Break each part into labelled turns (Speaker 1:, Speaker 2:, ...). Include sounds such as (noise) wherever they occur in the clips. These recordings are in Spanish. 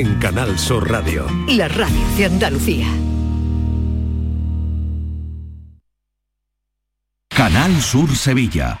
Speaker 1: En Canal Sur Radio.
Speaker 2: La radio de Andalucía.
Speaker 3: Canal Sur Sevilla.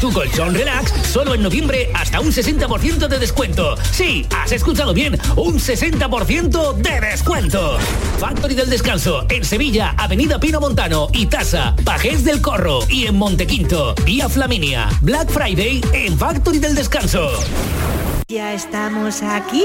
Speaker 4: Tu colchón relax solo en noviembre hasta un 60% de descuento. Sí, has escuchado bien, un 60% de descuento. Factory del Descanso en Sevilla, Avenida Pino Montano, Itasa, Pajés del Corro y en Montequinto, Vía Flaminia. Black Friday en Factory del Descanso.
Speaker 5: Ya estamos aquí.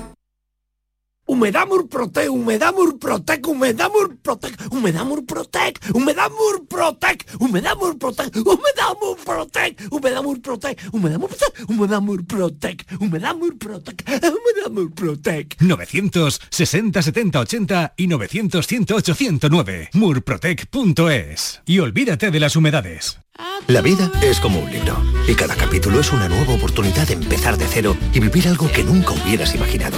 Speaker 6: Humedamur Protec, Humedamur Protec, Humedamur Protec, Humedamur Protec, Humedamur Protec, Humedamur Protec, Humedamur Protec, Humedamur Protec, Humedamur Protec, Humedamur Protec, Humedamur Protec, Humedamur Protec.
Speaker 7: 960 70 80 y 900 108 109 murprotec.es y olvídate de las humedades.
Speaker 8: La vida es como un libro y cada capítulo es una nueva oportunidad de empezar de cero y vivir algo que nunca hubieras imaginado.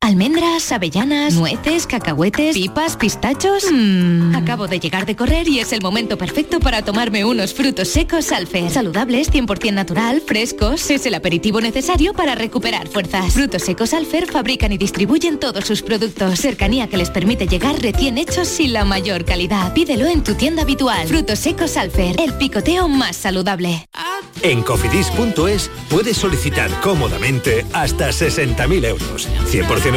Speaker 9: Almendras, avellanas, nueces, cacahuetes, pipas, pistachos. Mm. Acabo de llegar de correr y es el momento perfecto para tomarme unos frutos secos Alfer. Saludables, 100% natural, frescos. Es el aperitivo necesario para recuperar fuerzas. Frutos secos Alfer fabrican y distribuyen todos sus productos. Cercanía que les permite llegar recién hechos y la mayor calidad. Pídelo en tu tienda habitual. Frutos secos Alfer, el picoteo más saludable.
Speaker 8: En cofidis.es puedes solicitar cómodamente hasta 60.000 euros, 100%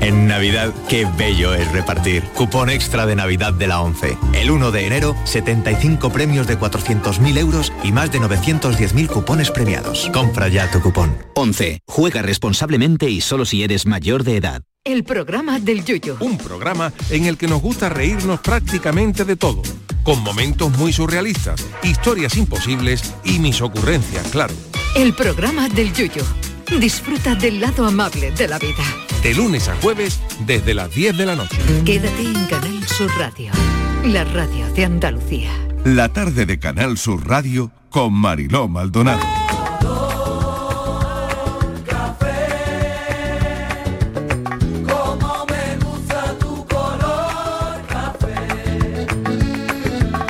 Speaker 10: En Navidad, qué bello es repartir. Cupón extra de Navidad de la 11. El 1 de enero, 75 premios de 400.000 euros y más de 910.000 cupones premiados. Compra ya tu cupón.
Speaker 11: 11. Juega responsablemente y solo si eres mayor de edad.
Speaker 2: El programa del Yuyo.
Speaker 12: Un programa en el que nos gusta reírnos prácticamente de todo, con momentos muy surrealistas, historias imposibles y mis ocurrencias, claro.
Speaker 2: El programa del Yuyo. Disfruta del lado amable de la vida.
Speaker 12: De lunes a jueves desde las 10 de la noche.
Speaker 2: Quédate en Canal Sur Radio. La radio de Andalucía.
Speaker 13: La tarde de Canal Sur Radio con Mariló Maldonado.
Speaker 14: Como me gusta tu color café,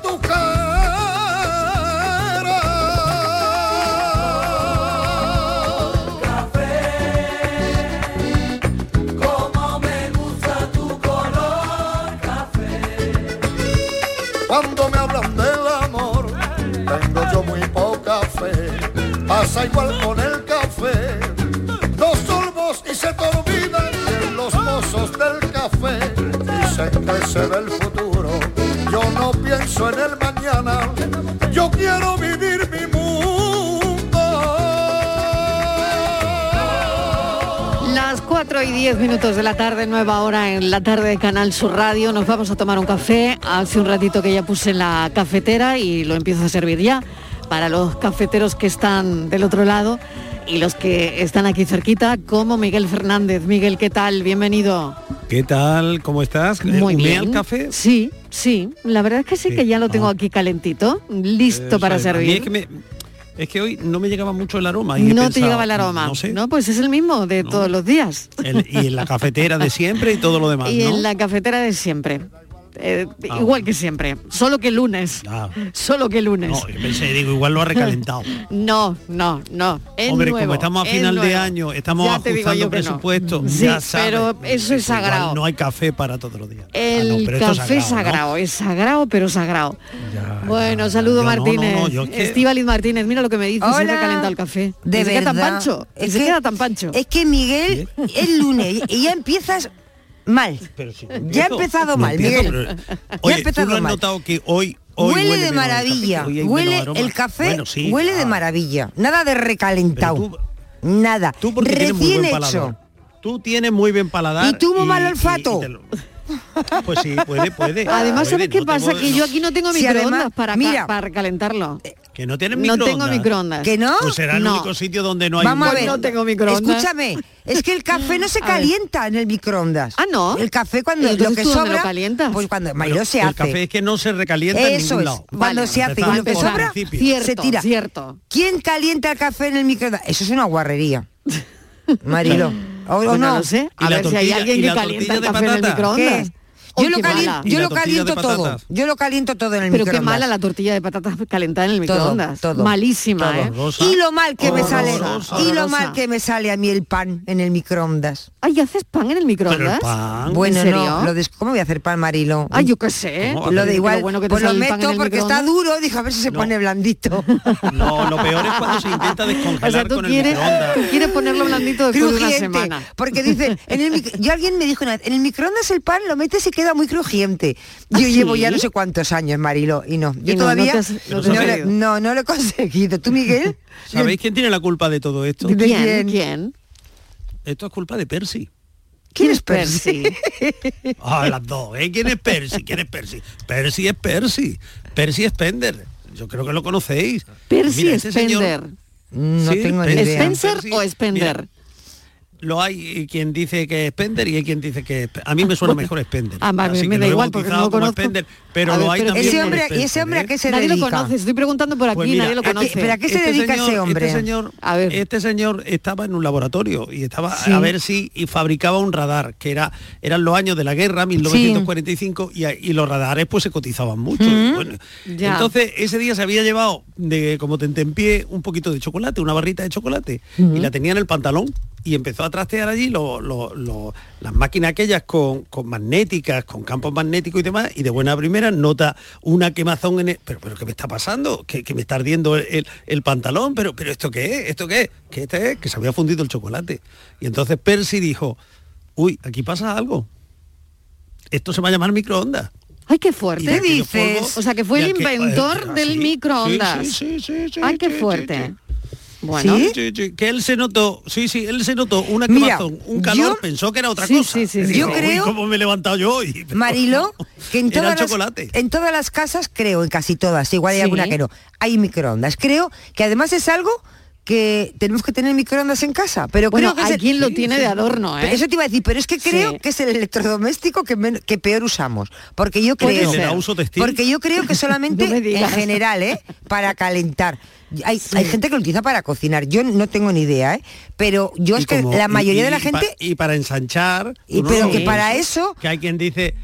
Speaker 15: tu cara.
Speaker 14: Café,
Speaker 15: pasa igual con el café. Dos sorbos y se te olvidan de los mozos del café. Dicen que se ve el futuro. Yo no pienso en el mañana. Yo quiero vivir mi
Speaker 2: Las 4 y 10 minutos de la tarde, nueva hora en la tarde de Canal Sur Radio. Nos vamos a tomar un café. Hace un ratito que ya puse en la cafetera y lo empiezo a servir ya para los cafeteros que están del otro lado y los que están aquí cerquita, como Miguel Fernández. Miguel, ¿qué tal? Bienvenido.
Speaker 16: ¿Qué tal? ¿Cómo estás? Eh,
Speaker 2: Muy
Speaker 16: ¿Humea
Speaker 2: bien.
Speaker 16: el café?
Speaker 2: Sí, sí. La verdad es que sí,
Speaker 16: Sí. Ah.
Speaker 2: que ya lo tengo aquí calentito, listo
Speaker 16: Eh,
Speaker 2: para
Speaker 16: ¿sabes? A mí
Speaker 2: servir.
Speaker 16: Es que, me- es que hoy no me llegaba mucho el aroma. y he
Speaker 2: no te
Speaker 16: pensado,
Speaker 2: llegaba el aroma.
Speaker 16: no sé,
Speaker 2: no, pues es el mismo de todos los días.
Speaker 16: el- y en la cafetera de siempre y todo lo demás,
Speaker 2: Y
Speaker 16: ¿no?
Speaker 2: en la cafetera de siempre. Eh,
Speaker 16: Ah,
Speaker 2: igual que siempre, solo que lunes. Solo que lunes.
Speaker 16: No, eh. yo pensé, digo, igual lo ha recalentado.
Speaker 2: No, no, no. (laughs) Es
Speaker 16: Hombre,
Speaker 2: nuevo,
Speaker 16: como estamos a
Speaker 2: es
Speaker 16: final de
Speaker 2: nuevo.
Speaker 16: año, estamos
Speaker 2: Ya te digo
Speaker 16: ajustando
Speaker 2: yo que no.
Speaker 16: presupuesto.
Speaker 2: Sí,
Speaker 16: ya sabes,
Speaker 2: pero eso es
Speaker 16: igual
Speaker 2: sagrado.
Speaker 16: No hay café para todos los días.
Speaker 2: El
Speaker 16: no, pero esto es
Speaker 2: café
Speaker 16: sagrado,
Speaker 2: sagrado, es sagrado, pero sagrado. bueno, saludo
Speaker 16: Yo no, no,
Speaker 2: Martínez.
Speaker 16: no, yo es que-
Speaker 2: Estíbaliz Martínez, mira lo que me dice, se
Speaker 17: Hola.
Speaker 2: ha calentado el café.
Speaker 17: De
Speaker 2: Y se queda tan
Speaker 17: verdad.
Speaker 2: pancho. y
Speaker 17: Es
Speaker 2: se
Speaker 17: que-
Speaker 2: queda tan pancho.
Speaker 17: Es que Miguel es lunes y ya empiezas
Speaker 16: (laughs)
Speaker 17: mal. ya ha
Speaker 16: empiezo.
Speaker 17: empezado
Speaker 16: No
Speaker 17: mal,
Speaker 16: empiezo,
Speaker 17: Miguel.
Speaker 16: Oye,
Speaker 17: ya ha empezado
Speaker 16: ¿tú no has
Speaker 17: mal.
Speaker 16: notado que hoy, hoy
Speaker 17: huele, de
Speaker 16: menos el café,
Speaker 17: maravilla.
Speaker 16: que hoy hay menos
Speaker 17: huele
Speaker 16: aroma?
Speaker 17: el café,
Speaker 16: Bueno, sí, Ah.
Speaker 17: huele de
Speaker 16: claro.
Speaker 17: maravilla. Nada de recalentado. nada.
Speaker 16: porque tienes muy
Speaker 17: Recién
Speaker 16: buen
Speaker 17: hecho.
Speaker 16: paladar. Tú tienes muy bien paladar.
Speaker 17: Y tú muy mal olfato.
Speaker 16: y te lo- Pues sí, puede, puede.
Speaker 2: Además,
Speaker 16: Puede,
Speaker 2: ¿sabes qué
Speaker 16: no te
Speaker 2: pasa?
Speaker 16: puedo-
Speaker 2: que
Speaker 16: no-
Speaker 2: yo aquí no tengo
Speaker 17: Si
Speaker 2: microondas
Speaker 17: además-
Speaker 2: para, ca-
Speaker 17: mira.
Speaker 2: para calentarlo.
Speaker 16: Que no tienes
Speaker 2: no
Speaker 16: microondas.
Speaker 2: tengo microondas. ¿Que no?
Speaker 16: Pues será el
Speaker 2: No.
Speaker 16: único sitio donde no hay
Speaker 17: Vamos a
Speaker 16: un-
Speaker 17: ver.
Speaker 2: no tengo microondas.
Speaker 17: Escúchame, es que el café
Speaker 2: (laughs)
Speaker 17: no se
Speaker 2: A ver.
Speaker 17: calienta en el microondas. Ah, no. El café cuando
Speaker 2: Entonces,
Speaker 17: lo que
Speaker 2: ¿tú dónde
Speaker 17: sobra,
Speaker 2: lo calientas?
Speaker 17: pues cuando
Speaker 16: Bueno,
Speaker 17: Mariló se
Speaker 16: el
Speaker 17: hace.
Speaker 16: café es que no se recalienta en
Speaker 17: Eso
Speaker 16: ningún
Speaker 17: es.
Speaker 16: lado.
Speaker 17: Cuando se hace y lo que
Speaker 16: Empezamos
Speaker 17: sobra
Speaker 16: por el principio.
Speaker 17: se tira. ¿Quién calienta el café en el microondas? Eso es una guarrería.
Speaker 18: (laughs)
Speaker 17: Marilo. ¿O, o
Speaker 2: Bueno,
Speaker 17: no?
Speaker 2: Pues no sé. A ¿Y la ver si hay tortilla- alguien y que la calienta tortilla el de café en el patata? microondas.
Speaker 17: ¿Qué? Yo
Speaker 2: Uy,
Speaker 17: lo,
Speaker 2: qué
Speaker 17: calien-
Speaker 2: mala.
Speaker 17: yo
Speaker 2: ¿Y la
Speaker 17: lo
Speaker 2: tortilla de
Speaker 17: caliento todo.
Speaker 2: patatas?
Speaker 17: Yo lo caliento todo en el
Speaker 2: Pero qué
Speaker 17: microondas.
Speaker 2: mala la tortilla de patatas calentada en el
Speaker 17: Todo,
Speaker 2: microondas.
Speaker 17: todo.
Speaker 2: Malísima, ¿eh?
Speaker 17: Y lo mal que me sale.
Speaker 2: Horrorosa,
Speaker 17: Y lo
Speaker 2: horrorosa.
Speaker 17: mal que me sale a mí el pan en el microondas.
Speaker 2: Ay, ¿haces pan en el microondas? ¿En
Speaker 17: Bueno,
Speaker 2: serio?
Speaker 17: no, lo de- ¿cómo voy a hacer pan marilo?
Speaker 2: Ay, yo qué sé.
Speaker 17: Lo de igual,
Speaker 2: Pero bueno que te
Speaker 17: pues lo
Speaker 2: sale el pan en
Speaker 17: meto
Speaker 2: el
Speaker 17: porque está
Speaker 2: microondas.
Speaker 17: duro, dijo, a ver si se pone (laughs) blandito.
Speaker 16: No, lo peor es cuando se intenta
Speaker 17: (laughs)
Speaker 16: descongelar
Speaker 17: O sea, tú
Speaker 16: con
Speaker 17: quieres-
Speaker 16: el microondas.
Speaker 2: Tú quieres ponerlo blandito después de una
Speaker 17: Crujiente,
Speaker 2: semana.
Speaker 17: Porque dicen, en el mic- yo alguien me dijo una vez, en el microondas el pan lo metes y queda muy crujiente. Yo
Speaker 2: ¿Ah,
Speaker 17: llevo
Speaker 2: sí?
Speaker 17: ya no sé cuántos años, Marilo, y no. Yo
Speaker 16: Y no, no
Speaker 17: todavía
Speaker 16: te has- no
Speaker 17: no,
Speaker 16: te has
Speaker 17: lo-
Speaker 16: leído.
Speaker 17: no, no lo he conseguido. ¿Tú, Miguel?
Speaker 16: ¿Sabéis quién tiene la culpa de todo esto?
Speaker 17: ¿De ¿Quién? quién?
Speaker 16: Esto es culpa de Percy.
Speaker 17: ¿Quién es
Speaker 2: Percy?
Speaker 16: Ah, las dos, ¿eh? ¿Quién es Percy? ¿Quién es Percy? Percy es Percy. Percy Spender. Yo creo que lo conocéis.
Speaker 2: Percy
Speaker 16: Mira, este señor-
Speaker 2: Spender.
Speaker 16: No Sí, tengo ni Percy. idea.
Speaker 2: ¿Spencer
Speaker 16: Percy,
Speaker 2: o Spender?
Speaker 16: Lo hay eh, quien dice que es Spender y hay quien dice que es Sp- a mí me suena mejor Spender.
Speaker 2: Ah, vale,
Speaker 16: Así
Speaker 2: me
Speaker 16: que
Speaker 2: da
Speaker 16: lo he
Speaker 2: igual, porque no lo
Speaker 16: bautizado como
Speaker 2: conozco.
Speaker 16: Spender, pero
Speaker 2: A ver,
Speaker 16: lo hay
Speaker 2: pero
Speaker 16: también
Speaker 2: ¿quién
Speaker 16: por
Speaker 2: es
Speaker 16: Spender, ¿eh?
Speaker 2: nadie lo conoce, estoy preguntando por aquí,
Speaker 16: Pues mira,
Speaker 2: nadie lo
Speaker 16: ¿a qué-
Speaker 2: conoce.
Speaker 16: pero a qué se Este dedica señor- ese hombre? este señor-
Speaker 2: a ver,
Speaker 16: Este señor estaba en un laboratorio y estaba
Speaker 2: Sí.
Speaker 16: a ver si y fabricaba un radar, que era eran los años de la guerra, 1945, y, a- y los radares pues se cotizaban mucho.
Speaker 2: Mm.
Speaker 16: Bueno,
Speaker 2: Ya.
Speaker 16: entonces ese día se había llevado de como tentempié un poquito de chocolate, una barrita de chocolate,
Speaker 19: Ujú.
Speaker 16: y la tenía en el pantalón. Y empezó a trastear allí lo- lo- lo- las máquinas aquellas con, con magnéticas, con campos magnéticos y demás, y de buena primera nota una quemazón en el... Pero, pero ¿qué me está pasando? Que, que me está ardiendo el, el- el pantalón, pero, pero ¿esto qué es? ¿Esto qué es? ¿Qué este es? Que se había fundido el chocolate. Y entonces Percy dijo, uy, aquí pasa algo. Esto se va a llamar microondas.
Speaker 2: ay, qué
Speaker 16: y de
Speaker 2: fuerte.
Speaker 16: aquellos polvos,
Speaker 2: O sea, que fue
Speaker 16: de
Speaker 2: el
Speaker 16: aquel-
Speaker 2: inventor
Speaker 16: Ah,
Speaker 2: del
Speaker 16: sí,
Speaker 2: microondas.
Speaker 16: sí, sí,
Speaker 2: ay, qué fuerte. Bueno.
Speaker 16: Bueno, sí, sí, que él se notó, sí, sí, él se notó una
Speaker 17: Mira,
Speaker 16: quemazón, un calor,
Speaker 17: yo-
Speaker 16: pensó que era otra
Speaker 17: Sí,
Speaker 16: cosa.
Speaker 17: sí, sí,
Speaker 16: Y
Speaker 17: sí.
Speaker 16: dijo,
Speaker 17: Yo
Speaker 16: "Uy,
Speaker 17: creo-
Speaker 16: ¿Cómo me he levantado yo hoy? (laughs)
Speaker 17: Marilo, que en
Speaker 16: Era
Speaker 17: todas, las,
Speaker 16: chocolate.
Speaker 17: en todas las casas, creo, en casi todas, igual hay
Speaker 16: Sí.
Speaker 17: alguna que no, hay microondas. Creo que además es algo que tenemos que tener microondas en casa, pero
Speaker 2: Bueno,
Speaker 17: creo que es el-
Speaker 2: alguien lo tiene de adorno,
Speaker 17: Pero
Speaker 2: ¿eh?
Speaker 17: Eso te iba a decir, pero es que creo
Speaker 2: Sí.
Speaker 17: que es el electrodoméstico que, men- que peor usamos, porque yo
Speaker 16: Puede
Speaker 17: creo
Speaker 16: ser. ¿Será uso textil?
Speaker 17: porque yo creo
Speaker 2: (laughs)
Speaker 17: que solamente
Speaker 2: No me
Speaker 17: en
Speaker 2: digas.
Speaker 17: general, ¿eh? Para calentar. Hay, hay gente que lo utiliza para cocinar, yo no tengo ni idea, ¿eh? Pero yo
Speaker 16: Y
Speaker 17: es que
Speaker 16: como-
Speaker 17: la
Speaker 16: y-
Speaker 17: mayoría
Speaker 16: y-
Speaker 17: de la
Speaker 16: y pa-
Speaker 17: gente
Speaker 16: y para ensanchar
Speaker 17: Y
Speaker 16: uno
Speaker 17: pero
Speaker 16: lo
Speaker 17: que para
Speaker 16: usa.
Speaker 17: eso-
Speaker 16: que hay quien dice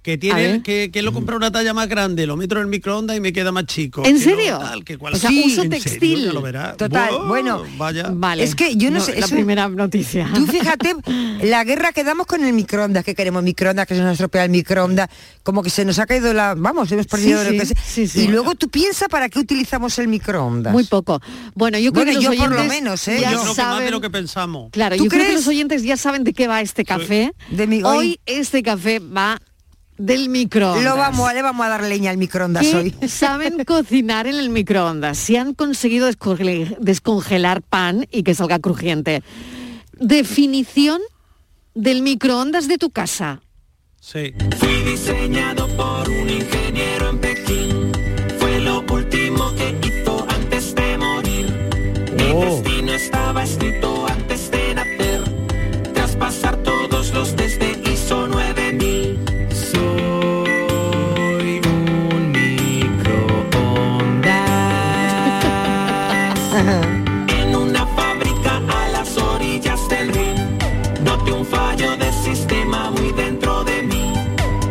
Speaker 16: que
Speaker 2: A
Speaker 16: tiene
Speaker 2: ver.
Speaker 16: que, que lo compra una talla más grande, lo meto en el microondas y me queda más chico.
Speaker 2: ¿En
Speaker 16: que lo
Speaker 2: serio?
Speaker 16: tal, que cual.
Speaker 2: O sea,
Speaker 16: Sí,
Speaker 2: uso
Speaker 16: en serio,
Speaker 2: textil.
Speaker 16: ya lo verás.
Speaker 17: Total,
Speaker 16: Buah,
Speaker 17: bueno,
Speaker 16: Vaya.
Speaker 2: Vale.
Speaker 17: Es que yo no, sé.
Speaker 2: La
Speaker 17: eso-
Speaker 2: primera noticia.
Speaker 17: Tú fíjate, la guerra que damos con el microondas, que queremos microondas, que se nos estropea el microondas, como que se nos ha caído la. Vamos, hemos perdido
Speaker 2: Sí,
Speaker 17: lo que
Speaker 2: sí,
Speaker 17: sea.
Speaker 2: sí, sí.
Speaker 17: Y luego tú piensas para qué utilizamos el microondas.
Speaker 2: Muy poco. Bueno, yo creo
Speaker 17: Bueno,
Speaker 2: que los
Speaker 17: yo por lo
Speaker 2: oyentes
Speaker 17: menos, ¿eh?
Speaker 2: ya
Speaker 16: Yo creo que más de
Speaker 2: saben-
Speaker 16: lo que pensamos.
Speaker 2: Claro, yo
Speaker 16: ¿Tú
Speaker 2: creo que
Speaker 16: crees?
Speaker 2: los oyentes ya saben de qué va este café.
Speaker 17: De mi-
Speaker 2: hoy,
Speaker 17: hoy-
Speaker 2: este café va del microondas.
Speaker 17: Lo vamos, a- le vamos a dar leña al microondas
Speaker 2: ¿Qué
Speaker 17: hoy.
Speaker 2: (laughs) saben cocinar en el microondas? Si han conseguido descongele- descongelar pan y que salga crujiente. Definición del microondas de tu casa.
Speaker 16: Sí.
Speaker 20: Fui diseñado por un ingeniero en Pekín. Fue lo último que hizo antes de morir. Mi destino estaba escrito antes de nacer. Tras pasar todos los test de ISO 9000. Soy un microondas. en una fábrica a las orillas del río. Noté un fallo de sistema muy dentro de mí.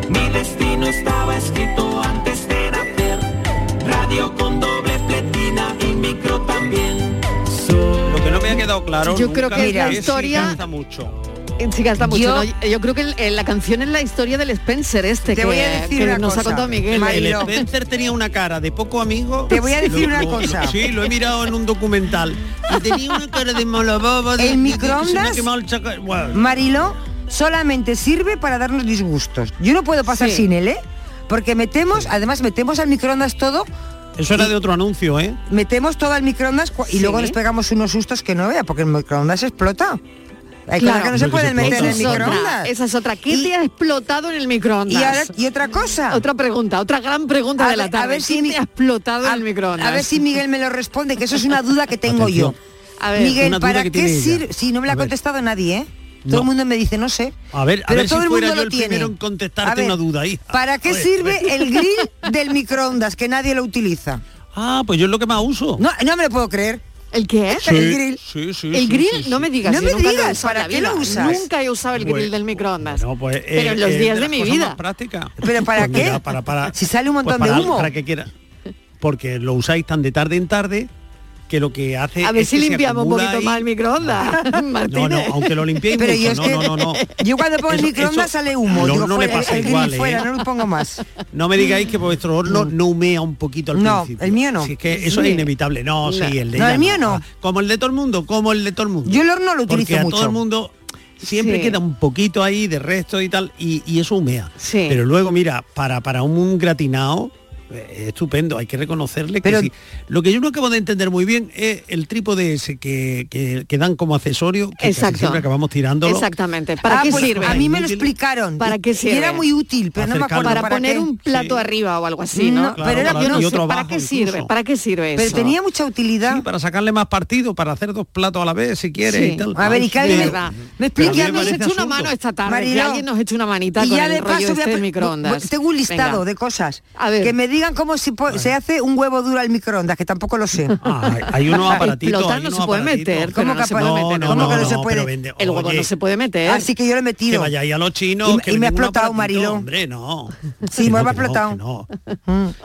Speaker 20: Mi destino estaba escrito antes de nacer. Radio con doble pletina y micro también.
Speaker 16: Lo que no me ha quedado claro.
Speaker 2: Yo creo que es la historia-
Speaker 16: Está mucho.
Speaker 2: Eh, Sí, gasta mucho.
Speaker 16: Yo-
Speaker 2: ¿no? Yo, creo que el- eh, la canción es la historia del Spencer este
Speaker 16: Te
Speaker 2: que,
Speaker 16: voy a decir
Speaker 2: que
Speaker 16: una
Speaker 2: nos ha
Speaker 16: cosa,
Speaker 2: contado Miguel.
Speaker 16: El Spencer tenía una cara de poco amigo.
Speaker 2: Te voy a decir
Speaker 16: Lo-
Speaker 2: una
Speaker 16: lo-
Speaker 2: cosa.
Speaker 16: Sí, lo he mirado en un documental. Y tenía una cara de mala baba. de-
Speaker 17: El
Speaker 16: de- de-
Speaker 17: microondas-
Speaker 16: se me ha quemado el chaca- Bueno,
Speaker 17: Mariló solamente sirve para darnos disgustos. Yo no puedo pasar
Speaker 16: Sí.
Speaker 17: sin él, ¿eh? Porque metemos, además metemos al microondas todo,
Speaker 16: Eso era de otro anuncio, ¿eh?
Speaker 17: metemos todo al microondas cua- y
Speaker 16: Sí.
Speaker 17: luego nos pegamos unos sustos que no vea, porque el microondas explota. Hay cosas
Speaker 2: Claro.
Speaker 17: Eh, que no se pueden meter en el
Speaker 2: Esa es otra,
Speaker 17: microondas.
Speaker 2: Esa es otra. ¿Qué te ha explotado en el
Speaker 17: y
Speaker 2: microondas?
Speaker 17: ahora- y otra cosa.
Speaker 2: Otra pregunta, otra gran pregunta
Speaker 17: A
Speaker 2: de la
Speaker 17: ver-
Speaker 2: tarde.
Speaker 17: a ver si
Speaker 2: ¿Qué
Speaker 17: mi-
Speaker 2: te ha explotado en el microondas?
Speaker 17: A ver si Miguel me lo responde, que eso es una duda que tengo
Speaker 2: Atención.
Speaker 17: yo.
Speaker 2: A ver,
Speaker 17: Miguel,
Speaker 16: una duda
Speaker 17: ¿para
Speaker 16: que
Speaker 17: qué
Speaker 16: tiene ella.
Speaker 17: sirve? Sí, no me la
Speaker 16: A
Speaker 17: ha
Speaker 16: ver.
Speaker 17: contestado nadie, ¿eh?
Speaker 16: No.
Speaker 17: Todo el mundo me dice, no sé.
Speaker 16: A ver, a
Speaker 17: Pero
Speaker 16: ver si
Speaker 17: todo el
Speaker 16: fuera
Speaker 17: mundo lo
Speaker 16: yo el
Speaker 17: tiene.
Speaker 16: primero en contestarte
Speaker 17: A ver,
Speaker 16: una duda, hija.
Speaker 17: ¿Para qué
Speaker 16: A ver, a
Speaker 17: sirve
Speaker 16: ver.
Speaker 17: el
Speaker 16: (laughs)
Speaker 17: grill del microondas que nadie lo utiliza?
Speaker 16: Ah, pues yo es lo que más uso.
Speaker 17: No, no me lo puedo creer.
Speaker 2: ¿El qué?
Speaker 17: El grill.
Speaker 16: Sí, sí,
Speaker 2: El
Speaker 16: sí,
Speaker 2: grill,
Speaker 16: sí, sí.
Speaker 2: no me digas.
Speaker 17: No
Speaker 2: yo
Speaker 17: me
Speaker 2: nunca lo he
Speaker 17: digas,
Speaker 2: usado en
Speaker 17: ¿para
Speaker 2: la
Speaker 17: qué lo
Speaker 2: vida.
Speaker 17: usas?
Speaker 2: Nunca he usado el
Speaker 16: Bueno,
Speaker 2: grill del microondas.
Speaker 16: No, pues, eh,
Speaker 2: pero en los
Speaker 16: eh,
Speaker 2: días de
Speaker 16: de las
Speaker 2: mi
Speaker 16: cosas
Speaker 2: vida.
Speaker 16: más prácticas.
Speaker 17: ¿Pero para
Speaker 16: Pues
Speaker 17: qué?
Speaker 16: mira, para, para,
Speaker 17: Si sale un
Speaker 16: pues
Speaker 17: montón
Speaker 16: para-
Speaker 17: de humo.
Speaker 16: Para que quiera. Porque lo usáis tan de tarde en tarde que lo que hace
Speaker 2: A ver
Speaker 16: es
Speaker 2: si
Speaker 16: que se
Speaker 2: limpiamos un
Speaker 16: acumula
Speaker 2: poquito
Speaker 16: y-
Speaker 2: más el microondas.
Speaker 16: (laughs) No,
Speaker 2: Martínez.
Speaker 16: no, aunque lo limpiéis
Speaker 17: Pero
Speaker 16: mucho,
Speaker 17: yo es
Speaker 16: no,
Speaker 17: que-
Speaker 16: no, no, no.
Speaker 17: (laughs) Yo cuando pongo el
Speaker 16: Eso-
Speaker 17: microondas
Speaker 16: eso-
Speaker 17: sale humo.
Speaker 16: No,
Speaker 17: Digo,
Speaker 16: no le
Speaker 17: fuera,
Speaker 16: pasa
Speaker 17: el grill
Speaker 16: igual, ¿eh?
Speaker 17: fuera, no lo pongo
Speaker 16: (laughs)
Speaker 17: más.
Speaker 16: No me digáis que vuestro horno no humea un poquito al
Speaker 17: No,
Speaker 16: principio.
Speaker 17: el mío no.
Speaker 16: Si es que eso
Speaker 17: Sí.
Speaker 16: es inevitable. No, sí,
Speaker 17: No.
Speaker 16: el de
Speaker 17: No,
Speaker 16: ella
Speaker 17: el mío no.
Speaker 16: Como el de todo el mundo, como el de todo el mundo.
Speaker 17: Yo el horno lo utilizo
Speaker 16: Porque a
Speaker 17: mucho.
Speaker 16: todo el mundo siempre
Speaker 17: Sí.
Speaker 16: queda un poquito ahí de resto y tal, y, y eso humea. Pero luego, mira, para, para un, gratinado, estupendo, hay que reconocerle que sí. Lo que yo no acabo de entender muy bien es el trípode ese que, que, que dan como accesorio, que casi
Speaker 2: Exacto.
Speaker 16: siempre acabamos tirándolo.
Speaker 2: Exactamente. ¿Para
Speaker 17: Ah,
Speaker 2: qué
Speaker 17: pues
Speaker 2: sirve?
Speaker 17: A mí me lo explicaron.
Speaker 2: (laughs) ¿Para qué
Speaker 17: Y
Speaker 2: sirve?
Speaker 17: era muy útil, pero no me
Speaker 16: Acercarlo.
Speaker 17: acuerdo
Speaker 2: para,
Speaker 17: para,
Speaker 2: poner
Speaker 17: qué. Mm,
Speaker 2: un plato arriba o algo así, ¿no?
Speaker 16: No, Claro, pero era- para-
Speaker 2: yo no
Speaker 16: y
Speaker 2: sé,
Speaker 16: otro
Speaker 2: ¿para
Speaker 16: abajo
Speaker 2: qué sirve?
Speaker 16: incluso.
Speaker 2: ¿Para qué sirve
Speaker 16: Pero
Speaker 2: eso?
Speaker 16: tenía
Speaker 17: mucha utilidad.
Speaker 16: Sí, para sacarle más partido, para hacer dos platos a la vez, si quieres
Speaker 2: Sí.
Speaker 16: y tal.
Speaker 2: A ver, y que alguien
Speaker 16: Sí.
Speaker 2: me- me
Speaker 16: Pero
Speaker 2: Explique,
Speaker 16: mí me
Speaker 2: nos
Speaker 16: parece
Speaker 2: hecho una
Speaker 16: absurdo.
Speaker 2: mano esta tarde, que
Speaker 17: Mariló.
Speaker 2: alguien nos eche una manita
Speaker 17: Y
Speaker 2: con
Speaker 17: ya
Speaker 2: el
Speaker 17: de
Speaker 2: rollo
Speaker 17: paso voy a
Speaker 2: este de
Speaker 17: pre-
Speaker 2: microondas.
Speaker 17: bu- tengo un listado
Speaker 2: Venga.
Speaker 17: de cosas.
Speaker 2: A ver.
Speaker 17: Que me digan cómo se, po- se hace un huevo duro al microondas, que tampoco lo sé.
Speaker 2: Ah, (laughs)
Speaker 16: Hay unos aparatitos.
Speaker 2: Explotar
Speaker 16: hay
Speaker 2: no
Speaker 16: unos
Speaker 2: se puede
Speaker 16: aparatitos.
Speaker 2: meter, pero no se puede meter.
Speaker 17: ¿Cómo que no se
Speaker 16: pero
Speaker 17: puede?
Speaker 16: vende-
Speaker 2: El huevo
Speaker 16: oye,
Speaker 2: no se puede meter.
Speaker 17: Así Ah, que yo lo he metido.
Speaker 16: Que vayáis a los chinos.
Speaker 17: Y-
Speaker 16: que
Speaker 17: y me ha
Speaker 16: venden un
Speaker 17: explotado,
Speaker 16: aparatito,
Speaker 17: Mariló.
Speaker 16: Hombre, no.
Speaker 17: Sí,
Speaker 16: Que
Speaker 17: me
Speaker 16: no,
Speaker 17: ha
Speaker 16: que no,
Speaker 17: explotado.
Speaker 16: que no.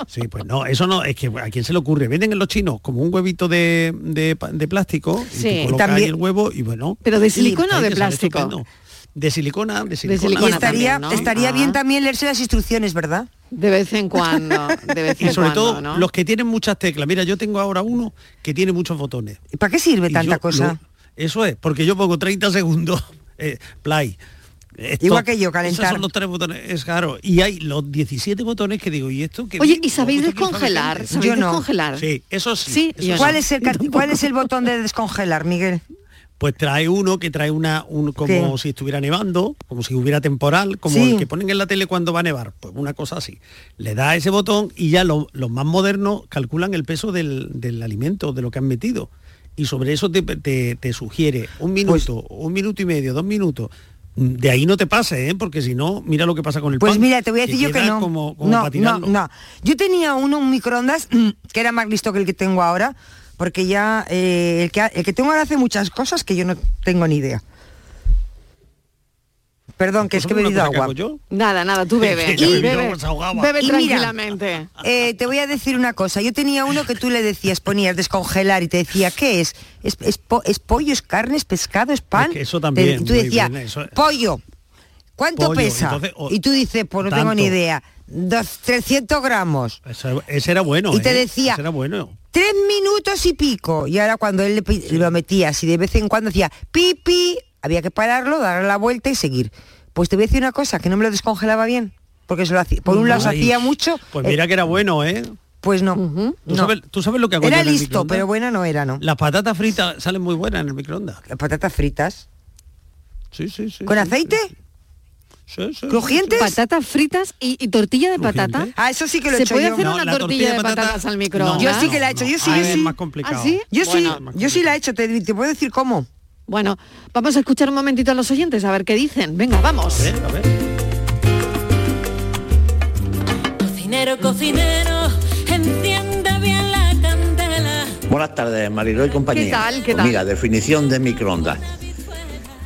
Speaker 16: Sí, pues no, eso no, es que a quién se le ocurre. Venden en los chinos como un huevito de, de pa- de plástico.
Speaker 2: Sí.
Speaker 16: Y tú colocas
Speaker 2: También-
Speaker 16: ahí el huevo y bueno.
Speaker 2: ¿Pero de
Speaker 16: y-
Speaker 2: silicona o
Speaker 16: ay,
Speaker 2: de
Speaker 16: que sale
Speaker 2: plástico?
Speaker 16: estupendo. De silicona, de silicona.
Speaker 17: Y estaría,
Speaker 16: también, ¿no?
Speaker 17: estaría
Speaker 16: Ah.
Speaker 17: bien también leerse las instrucciones, ¿verdad?
Speaker 2: De vez en cuando, de vez en
Speaker 16: Y sobre
Speaker 2: cuando,
Speaker 16: todo
Speaker 2: ¿no?
Speaker 16: los que tienen muchas teclas. Mira, yo tengo ahora uno que tiene muchos botones.
Speaker 17: ¿Y para qué sirve
Speaker 16: Y
Speaker 17: tanta
Speaker 16: yo
Speaker 17: cosa?
Speaker 16: lo- eso es, porque yo pongo 30 segundos, (laughs) eh, play. stop.
Speaker 17: Igual que yo,
Speaker 16: Esos
Speaker 17: calentar.
Speaker 16: son los tres botones, es claro. Y hay los 17 botones que digo, ¿y esto qué?
Speaker 2: Oye,
Speaker 16: digo?
Speaker 2: ¿y sabéis
Speaker 16: ¿Cómo te quieres
Speaker 2: descongelar?
Speaker 16: fabricar?
Speaker 2: ¿Sabéis
Speaker 16: Yo no.
Speaker 2: descongelar?
Speaker 16: Sí, eso sí.
Speaker 2: (laughs) Sí, (laughs)
Speaker 16: eso
Speaker 2: yo no.
Speaker 17: ¿Cuál es,
Speaker 16: (laughs)
Speaker 17: el, ca- ¿Cuál es el botón de descongelar, Miguel?
Speaker 16: Pues trae uno que trae una un, como
Speaker 17: ¿Qué?
Speaker 16: si estuviera nevando, como si hubiera temporal, como
Speaker 17: Sí.
Speaker 16: el que ponen en la tele cuando va a nevar, pues una cosa así. Le da ese botón y ya lo- los más modernos calculan el peso del, del alimento, de lo que han metido. Y sobre eso te, te- te sugiere un
Speaker 17: Pues
Speaker 16: minuto, un minuto y medio, dos minutos. Mm, De ahí no te pases, ¿eh? porque si no, mira lo que pasa con el
Speaker 17: Pues
Speaker 16: pan,
Speaker 17: mira, te voy a decir yo que
Speaker 16: queda
Speaker 17: no.
Speaker 16: como- como
Speaker 17: no,
Speaker 16: para tirarlo.
Speaker 17: no, no. Yo tenía uno, un microondas, mm, que era más listo que el que tengo ahora, porque ya eh, el, que, ha- el que tengo ahora hace muchas cosas que yo no tengo ni idea. Perdón, que es que he
Speaker 16: ¿Una
Speaker 17: bebido
Speaker 16: cosa que
Speaker 17: agua.
Speaker 16: hago yo?
Speaker 2: Nada, nada,
Speaker 16: (laughs)
Speaker 2: tú bebe.
Speaker 17: Y-
Speaker 2: bebe, bebe
Speaker 17: Y mira,
Speaker 2: tranquilamente.
Speaker 17: eh, te voy a decir una cosa. Yo tenía uno que tú le decías, ponías descongelar y te decía, ¿qué es? ¿Es, es po- es pollo, es carne, es pescado, es pan?
Speaker 16: que eso también,
Speaker 17: Te- tú
Speaker 16: muy
Speaker 17: decías,
Speaker 16: bien, eso es-
Speaker 17: pollo, ¿cuánto
Speaker 16: Pollo,
Speaker 17: pesa?
Speaker 16: entonces, o-
Speaker 17: y tú dices, pues no tengo ni
Speaker 16: tanto.
Speaker 17: idea. Dos- 300 gramos.
Speaker 16: Eso- ese era bueno.
Speaker 17: Y te
Speaker 16: ¿eh?
Speaker 17: decía-
Speaker 16: Ese era bueno.
Speaker 17: Tres minutos y pico. Y ahora cuando él le pi- lo metía así de vez en cuando hacía pipi, había que pararlo, darle la vuelta y seguir. Pues te voy a decir una cosa, que no me lo descongelaba bien. Porque se lo hacía, por un lado se
Speaker 16: Ay,
Speaker 17: hacía mucho.
Speaker 16: Pues
Speaker 17: eh,
Speaker 16: mira que era bueno, ¿eh?
Speaker 17: Pues no.
Speaker 16: ¿Tú,
Speaker 17: no.
Speaker 16: sabes, tú sabes lo que hago yo
Speaker 17: Era
Speaker 16: en el
Speaker 17: listo,
Speaker 16: microondas?
Speaker 17: pero buena no era, ¿no?
Speaker 16: Las patatas fritas salen muy buenas en el microondas.
Speaker 17: Las patatas fritas.
Speaker 16: Sí, sí, sí.
Speaker 17: ¿Con
Speaker 16: sí,
Speaker 17: aceite?
Speaker 16: sí, sí, sí,
Speaker 17: ¿Crujientes?
Speaker 2: Patatas fritas y, y tortilla de patata.
Speaker 17: Ah, eso sí que lo he
Speaker 2: ¿Se
Speaker 17: hecho
Speaker 2: puede
Speaker 17: yo.
Speaker 2: hacer
Speaker 17: No,
Speaker 2: una
Speaker 17: la tortilla
Speaker 2: tortilla, de
Speaker 17: de
Speaker 2: patatas
Speaker 17: patata-
Speaker 2: al microondas?
Speaker 17: yo sí que la he hecho, yo sí,
Speaker 2: Ah,
Speaker 17: yo
Speaker 2: es
Speaker 17: sí.
Speaker 2: más complicado. ¿Ah, sí?
Speaker 17: Yo
Speaker 2: Bueno, es
Speaker 17: sí,
Speaker 2: más
Speaker 17: yo sí la he hecho, te, te puedo decir cómo.
Speaker 2: Bueno, vamos a escuchar un momentito a los oyentes a ver qué dicen. Venga, vamos.
Speaker 21: Cocinero, cocinero, enciende bien la candela.
Speaker 22: Buenas tardes, Mariló y compañía.
Speaker 21: ¿Qué tal? ¿Qué
Speaker 22: Pues
Speaker 21: tal?
Speaker 22: Mira, definición de microondas.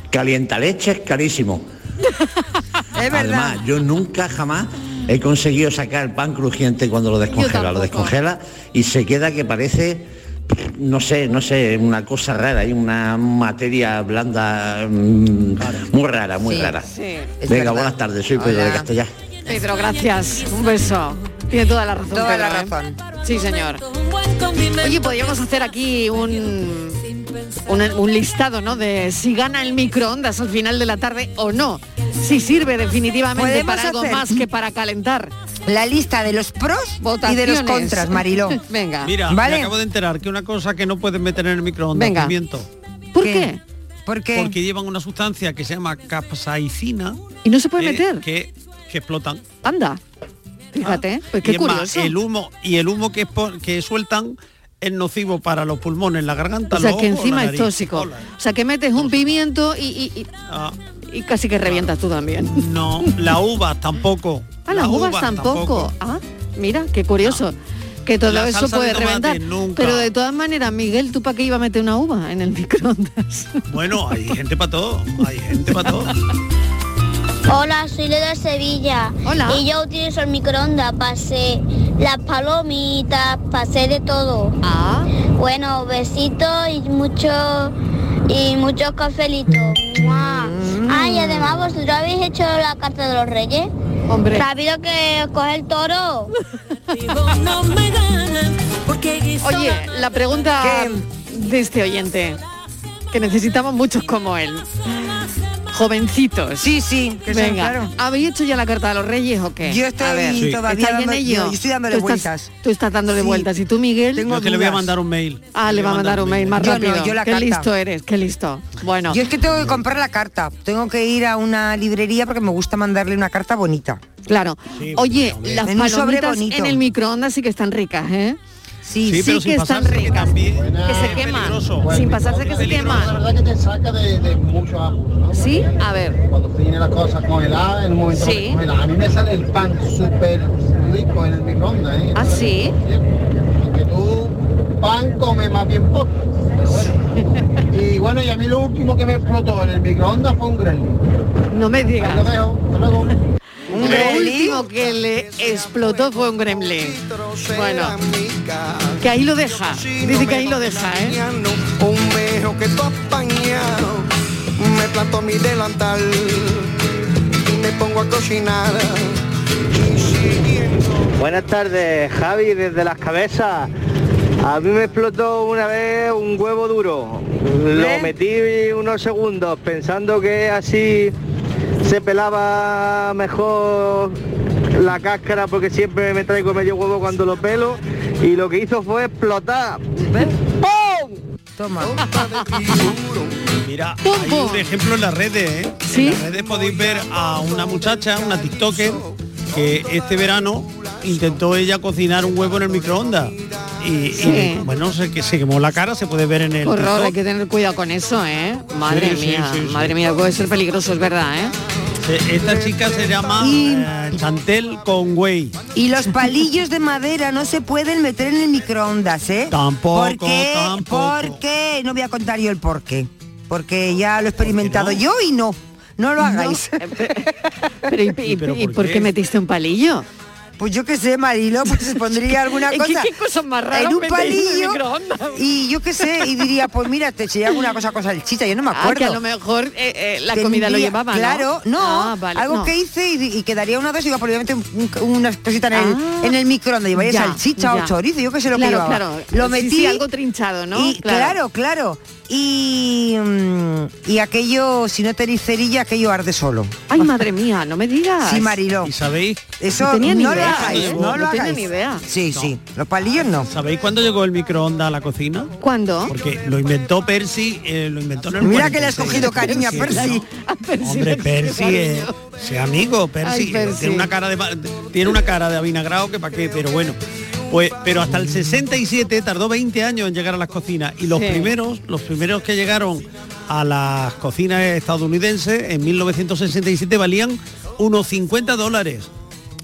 Speaker 22: Calienta leche es carísimo.
Speaker 17: es
Speaker 22: verdad. Además, yo nunca jamás he conseguido sacar el pan crujiente cuando lo descongela. Lo descongela y se queda que parece, no sé, no sé, una cosa rara, hay una materia blanda mm, muy rara, muy
Speaker 2: Sí,
Speaker 22: rara.
Speaker 2: sí, es
Speaker 22: Venga,
Speaker 2: verdad.
Speaker 22: buenas tardes, soy Pedro de
Speaker 2: Hola.
Speaker 22: Castellar.
Speaker 2: Pedro, gracias. Un beso. Tiene toda la razón.
Speaker 21: Toda
Speaker 2: Pedro,
Speaker 21: la
Speaker 2: ¿eh? Sí, señor. Oye, podríamos hacer aquí un, un, un listado, ¿no? De si gana el microondas al final de la tarde o no. Si sirve definitivamente
Speaker 17: Podemos
Speaker 2: para algo
Speaker 17: hacer
Speaker 2: más que para calentar.
Speaker 17: La lista de los pros y de los
Speaker 2: Votaciones.
Speaker 17: contras, Mariló.
Speaker 2: (laughs) Venga.
Speaker 16: Mira,
Speaker 17: ¿Vale?
Speaker 16: me acabo de enterar que una cosa que no pueden meter en el microondas,
Speaker 2: Venga.
Speaker 16: pimiento.
Speaker 2: ¿Por qué?
Speaker 17: ¿Por qué?
Speaker 16: Porque llevan una sustancia que se llama capsaicina.
Speaker 2: Y no se puede
Speaker 16: eh,
Speaker 2: meter.
Speaker 16: Que, que explotan.
Speaker 2: Anda. Fíjate, pues
Speaker 16: Ah, y
Speaker 2: qué
Speaker 16: es más,
Speaker 2: curioso.
Speaker 16: el humo y el humo que, expo- que sueltan es nocivo para los pulmones, la garganta,
Speaker 2: o sea,
Speaker 16: los
Speaker 2: que
Speaker 16: ojos, la
Speaker 2: encima es
Speaker 16: nariz.
Speaker 2: tóxico.
Speaker 16: Hola.
Speaker 2: O sea, que metes un pimiento y, y- y-
Speaker 16: Ah,
Speaker 2: y casi que revientas tú también.
Speaker 16: no, las uvas tampoco.
Speaker 2: Ah, las uvas, tampoco. Ah, mira, qué curioso. Que todo
Speaker 16: Ah. La
Speaker 2: eso
Speaker 16: salsa
Speaker 2: puede
Speaker 16: de tomate,
Speaker 2: reventar.
Speaker 16: nunca.
Speaker 2: Pero de todas maneras, Miguel, ¿tú para qué iba a meter una uva en el (laughs) microondas?
Speaker 16: Bueno, hay gente para todo, hay gente para todo.
Speaker 19: Hola, soy Leda de Sevilla.
Speaker 2: Hola.
Speaker 19: Y yo utilizo el microondas para hacer las palomitas, para hacer de todo.
Speaker 2: Ah.
Speaker 19: Bueno, besitos y mucho y muchos cafelitos. ¡Mua!
Speaker 2: Mm.
Speaker 19: Ah, y además vosotros habéis hecho la carta de los reyes.
Speaker 2: Hombre.
Speaker 19: Rápido que coge el
Speaker 2: (laughs)
Speaker 19: toro.
Speaker 2: Oye, la pregunta de este oyente, que necesitamos muchos como él. Jovencitos.
Speaker 17: Sí, sí, que sean,
Speaker 2: Venga,
Speaker 17: claro.
Speaker 2: ¿habéis hecho ya la carta de los reyes o qué?
Speaker 17: Yo estoy
Speaker 2: A ver.
Speaker 17: Sí. todavía
Speaker 2: ¿Estáis en
Speaker 17: dando-
Speaker 2: ello?
Speaker 17: yo estoy dándole
Speaker 2: Tú estás-
Speaker 17: vueltas.
Speaker 2: Tú estás dándole
Speaker 17: Sí.
Speaker 2: vueltas. ¿Y tú, Miguel?
Speaker 16: Yo que le voy a mandar un mail.
Speaker 2: Ah, le va a mandar un mail más
Speaker 17: Yo no,
Speaker 2: rápido.
Speaker 17: yo la
Speaker 2: qué
Speaker 17: carta.
Speaker 2: listo eres, qué listo. Bueno.
Speaker 17: Yo es que tengo que comprar la carta. Tengo que ir a una librería porque me gusta mandarle una carta bonita.
Speaker 2: Claro. Oye, las
Speaker 17: En un sobre
Speaker 2: palomitas
Speaker 17: bonito.
Speaker 2: en el microondas sí que están ricas, ¿eh?
Speaker 17: Sí,
Speaker 2: sí, que están ricas. que se queman. Sin pasarse que se
Speaker 23: La
Speaker 2: queman.
Speaker 23: verdad que te saca de, de mucho apuro, ¿no?
Speaker 2: Sí, a ver.
Speaker 23: Cuando tiene las cosas congeladas, en un momento
Speaker 2: Sí.
Speaker 23: se congela. A mí me sale el pan súper rico en el microondas, ¿eh?
Speaker 2: ¿Ah, sí?
Speaker 23: Porque tú pan comes más bien poco. pero bueno. y bueno, y a mí lo último que me explotó en el microondas fue un gremlin.
Speaker 2: No me digas.
Speaker 23: Ahí lo dejo. Hasta
Speaker 2: (laughs)
Speaker 23: luego.
Speaker 2: Lo último que le explotó fue un gremlin. Bueno, que ahí lo deja. Dice que ahí lo deja, ¿eh?
Speaker 24: Un beso que tú has apañado, me planto mi delantal y me pongo a cocinar.
Speaker 25: Buenas tardes, Javi, desde las cabezas. A mí me explotó una vez un huevo duro. Lo metí unos segundos pensando que así se pelaba mejor la cáscara porque siempre me traigo medio huevo cuando lo pelo y lo que hizo fue explotar. ¡Pum!
Speaker 17: Toma.
Speaker 2: (laughs)
Speaker 16: Mira, hay un ejemplo en las redes, ¿eh? En las redes podéis ver a una muchacha, una TikToker, que este verano intentó ella cocinar un huevo en el microondas. Y, y,
Speaker 2: Sí.
Speaker 16: bueno, se, que se quemó la cara, se puede ver en el
Speaker 2: Horror, hay
Speaker 16: TikTok.
Speaker 2: que tener cuidado con eso, ¿eh? Madre
Speaker 16: Sí, sí,
Speaker 2: mía,
Speaker 16: sí, sí.
Speaker 2: madre mía, puede ser peligroso, es verdad, ¿eh?
Speaker 16: Se- Esta chica se llama eh, Chantel Conway.
Speaker 17: Y los palillos de madera no se pueden meter en el microondas, ¿eh?
Speaker 16: Tampoco,
Speaker 17: ¿Por qué?
Speaker 16: tampoco.
Speaker 17: ¿Por qué? No voy a contar yo el por qué. Porque ya lo he experimentado yo y no. No lo hagáis.
Speaker 2: (laughs) Pero, ¿y, y- y por qué metiste un palillo?
Speaker 17: Pues yo qué sé, Marilo,
Speaker 2: (laughs)
Speaker 17: pues pondría alguna
Speaker 2: ¿Qué-
Speaker 17: cosa.
Speaker 2: qué cosas más raras
Speaker 17: En un
Speaker 2: metéis en el
Speaker 17: palillo.
Speaker 2: microondas? Ah,
Speaker 17: Y yo qué sé, y diría, pues mira, te eché alguna cosa con salchicha, yo no me
Speaker 2: Ah,
Speaker 17: acuerdo.
Speaker 2: que a lo mejor, eh, eh, la
Speaker 17: Que
Speaker 2: comida
Speaker 17: un
Speaker 2: lo
Speaker 17: día-
Speaker 2: llevaba, ¿no?
Speaker 17: Claro, no.
Speaker 2: Ah, vale,
Speaker 17: algo
Speaker 2: no.
Speaker 17: que hice y, y quedaría una dosis, probablemente un- un- una cosita en el, en el microondas. Llevaría
Speaker 2: Ah, ya,
Speaker 17: salchicha
Speaker 2: ya.
Speaker 17: o chorizo, yo qué sé lo
Speaker 2: Claro,
Speaker 17: que llevaba.
Speaker 2: claro.
Speaker 17: Lo
Speaker 2: Sí,
Speaker 17: metí.
Speaker 2: sí, algo trinchado, ¿no?
Speaker 17: Y, claro,
Speaker 2: Claro.
Speaker 17: claro. Y, mm, y aquello, si no tenéis cerilla, aquello arde solo.
Speaker 2: Ay, madre mía, no me digas.
Speaker 17: Ah, Sí, Mariló.
Speaker 16: ¿Y sabéis?
Speaker 17: Eso
Speaker 2: tenía ni
Speaker 17: no lo
Speaker 2: idea,
Speaker 17: hagáis,
Speaker 2: ¿eh?
Speaker 17: no lo
Speaker 2: tenía
Speaker 17: hagáis.
Speaker 2: ni idea.
Speaker 17: Sí, sí. Los palillos no.
Speaker 16: ¿Sabéis cuándo llegó el microondas a la cocina?
Speaker 2: ¿Cuándo?
Speaker 16: Porque lo inventó Percy, eh, lo inventó en el
Speaker 17: Mira que le has
Speaker 16: 46.
Speaker 17: cogido cariño a
Speaker 16: Sí,
Speaker 17: Percy.
Speaker 16: no.
Speaker 2: (laughs)
Speaker 16: Hombre, Percy, eh, sea amigo, Percy,
Speaker 17: Ay, Percy.
Speaker 16: Tiene, una cara de, ma- tiene una cara de avinagrado que para qué, pero bueno. Pues, pero hasta el 67 tardó 20 años en llegar a las cocinas y los
Speaker 4: Sí.
Speaker 16: primeros, los primeros que llegaron a las cocinas estadounidenses en 1967 valían unos 50 dólares.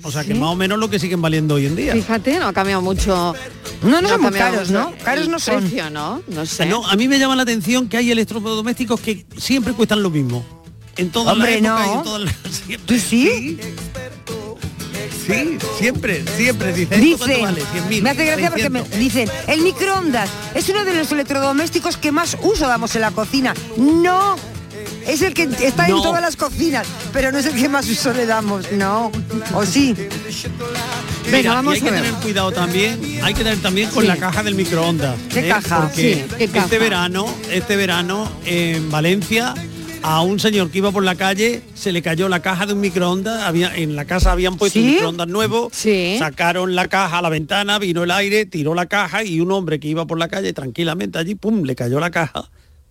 Speaker 16: O sea que
Speaker 2: Sí.
Speaker 16: más o menos lo que siguen valiendo hoy en día.
Speaker 2: Fíjate, no ha cambiado mucho.
Speaker 16: No, no
Speaker 2: ha
Speaker 16: son muy
Speaker 2: cambiado
Speaker 16: caros,
Speaker 2: mucho
Speaker 16: ¿no? Caros
Speaker 2: el
Speaker 16: no son.
Speaker 2: precio, ¿no? No sé.
Speaker 16: No, a mí me llama la atención que hay electrodomésticos que siempre cuestan lo mismo. En todas las
Speaker 17: Hombre,
Speaker 16: épocas
Speaker 17: no.
Speaker 16: y en todas las-
Speaker 17: ¿Tú sí?
Speaker 16: Sí, siempre, siempre dice. ¿esto cuánto
Speaker 17: Dicen,
Speaker 16: vale? 100.000,
Speaker 17: me hace gracia porque me
Speaker 16: 600.
Speaker 17: dicen, el microondas es uno de los electrodomésticos que más uso damos en la cocina. No, es el que está en
Speaker 16: No.
Speaker 17: todas las cocinas, pero no es el que más uso le damos, no. ¿O sí?
Speaker 16: Mira,
Speaker 17: Venga,
Speaker 16: y
Speaker 17: vamos
Speaker 16: hay
Speaker 17: a
Speaker 16: que
Speaker 17: ver.
Speaker 16: tener cuidado también, hay que tener también con
Speaker 17: Sí.
Speaker 16: la caja del microondas. ¿eh?
Speaker 17: ¿Qué caja?
Speaker 16: Porque
Speaker 17: Sí, ¿qué
Speaker 16: este
Speaker 17: caja?
Speaker 16: verano, este verano en Valencia a un señor que iba por la calle se le cayó la caja de un microondas, había, en la casa habían puesto un
Speaker 26: ¿Sí?
Speaker 16: microondas nuevo, sacaron la caja a la ventana, vino el aire, tiró la caja y un hombre que iba por la calle tranquilamente allí, pum, le cayó la caja.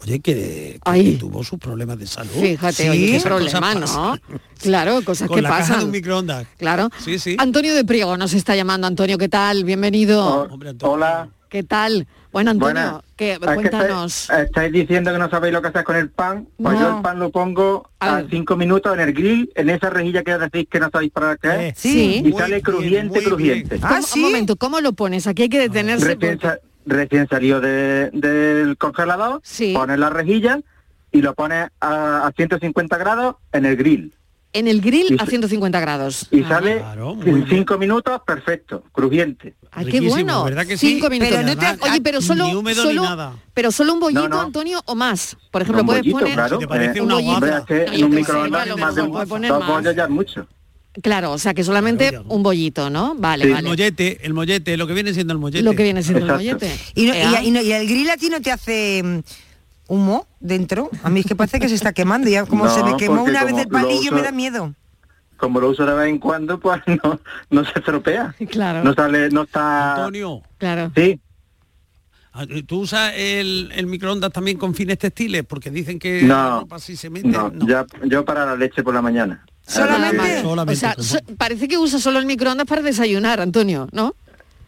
Speaker 16: Oye, que, que tuvo sus problemas de salud.
Speaker 2: Fíjate,
Speaker 16: Sí,
Speaker 2: oye, qué
Speaker 16: esas cosas
Speaker 2: problema, ¿no?
Speaker 16: pasan.
Speaker 2: Claro, cosas
Speaker 16: Con
Speaker 2: que
Speaker 16: la caja de un
Speaker 2: pasan.
Speaker 16: microondas.
Speaker 2: Claro.
Speaker 16: Sí, sí.
Speaker 2: Antonio de Priego nos está llamando. Antonio, ¿qué tal? Bienvenido.
Speaker 27: Hola.
Speaker 2: ¿Qué tal? Bueno, Antonio,
Speaker 27: Buenas.
Speaker 2: que,
Speaker 27: Es que
Speaker 2: cuéntanos.
Speaker 27: estáis, estáis diciendo que no sabéis lo que hacer con el pan. Pues yo
Speaker 2: No.
Speaker 27: el pan lo pongo a, cinco minutos en el grill, en esa rejilla que decís que no sabéis para qué es.
Speaker 2: Sí.
Speaker 27: ¿Eh?
Speaker 2: Ah,
Speaker 27: Y sale crujiente, crujiente.
Speaker 16: Ah,
Speaker 2: ¿Cómo- Un momento, ¿cómo lo pones? Aquí hay que detenerse.
Speaker 27: Recién,
Speaker 2: porque-
Speaker 27: sa- recién salió de- del congelador, pones la rejilla y lo pones a, a 150 grados en el grill.
Speaker 2: En el grill
Speaker 27: Y
Speaker 2: a
Speaker 27: se-
Speaker 2: 150 grados.
Speaker 27: Y sale en cinco minutos perfecto, crujiente.
Speaker 2: Ah, qué bueno. Cinco minutos.
Speaker 27: Pero no te-
Speaker 2: Oye, pero
Speaker 17: Ah,
Speaker 2: solo,
Speaker 27: ni húmedo ni
Speaker 2: solo-
Speaker 27: nada.
Speaker 2: pero solo un bollito,
Speaker 27: No, no.
Speaker 2: Antonio, o más.
Speaker 27: No,
Speaker 2: Por ejemplo,
Speaker 27: un
Speaker 2: puedes
Speaker 27: bollito,
Speaker 2: poner
Speaker 27: claro. Eh,
Speaker 2: un bollito.
Speaker 27: hombre, es que
Speaker 2: No,
Speaker 27: en
Speaker 2: yo
Speaker 27: un
Speaker 2: qué sé,
Speaker 27: microondas
Speaker 2: a lo
Speaker 27: más de
Speaker 2: mejor
Speaker 27: un-
Speaker 2: puede poner
Speaker 27: dos
Speaker 2: más.
Speaker 27: bollos ya es mucho.
Speaker 2: Eh, Claro, o sea que solamente un bollito, ¿no? Vale,
Speaker 16: El
Speaker 2: vale.
Speaker 16: mollete, el mollete, lo que viene siendo el mollete.
Speaker 2: Lo que viene siendo el mollete. ¿Eh?
Speaker 17: Y,
Speaker 16: ¿Eh?
Speaker 17: no- y-
Speaker 2: Ea.
Speaker 17: y no- y el grill a ti no te hace mm, humo dentro. A mí es que parece que se está quemando. Ya como
Speaker 27: No,
Speaker 17: se me quemó
Speaker 27: porque
Speaker 17: una vez
Speaker 27: como
Speaker 17: el palillo,
Speaker 27: lo
Speaker 17: me
Speaker 27: uso-
Speaker 17: da miedo.
Speaker 27: Como lo uso de vez en cuando, pues (laughs) no, no se estropea.
Speaker 2: Claro.
Speaker 27: No sale, no está...
Speaker 16: Antonio.
Speaker 2: Claro.
Speaker 27: Sí.
Speaker 16: Ah, ¿Tú usas el, el microondas también con fines textiles? Porque dicen que la
Speaker 27: No,
Speaker 16: ropa sí se mete.
Speaker 27: no, ya- yo para la leche por la mañana.
Speaker 2: Solamente, pues,
Speaker 27: Ah,
Speaker 2: o sea, so- parece que usa solo el microondas para desayunar, Antonio, ¿no?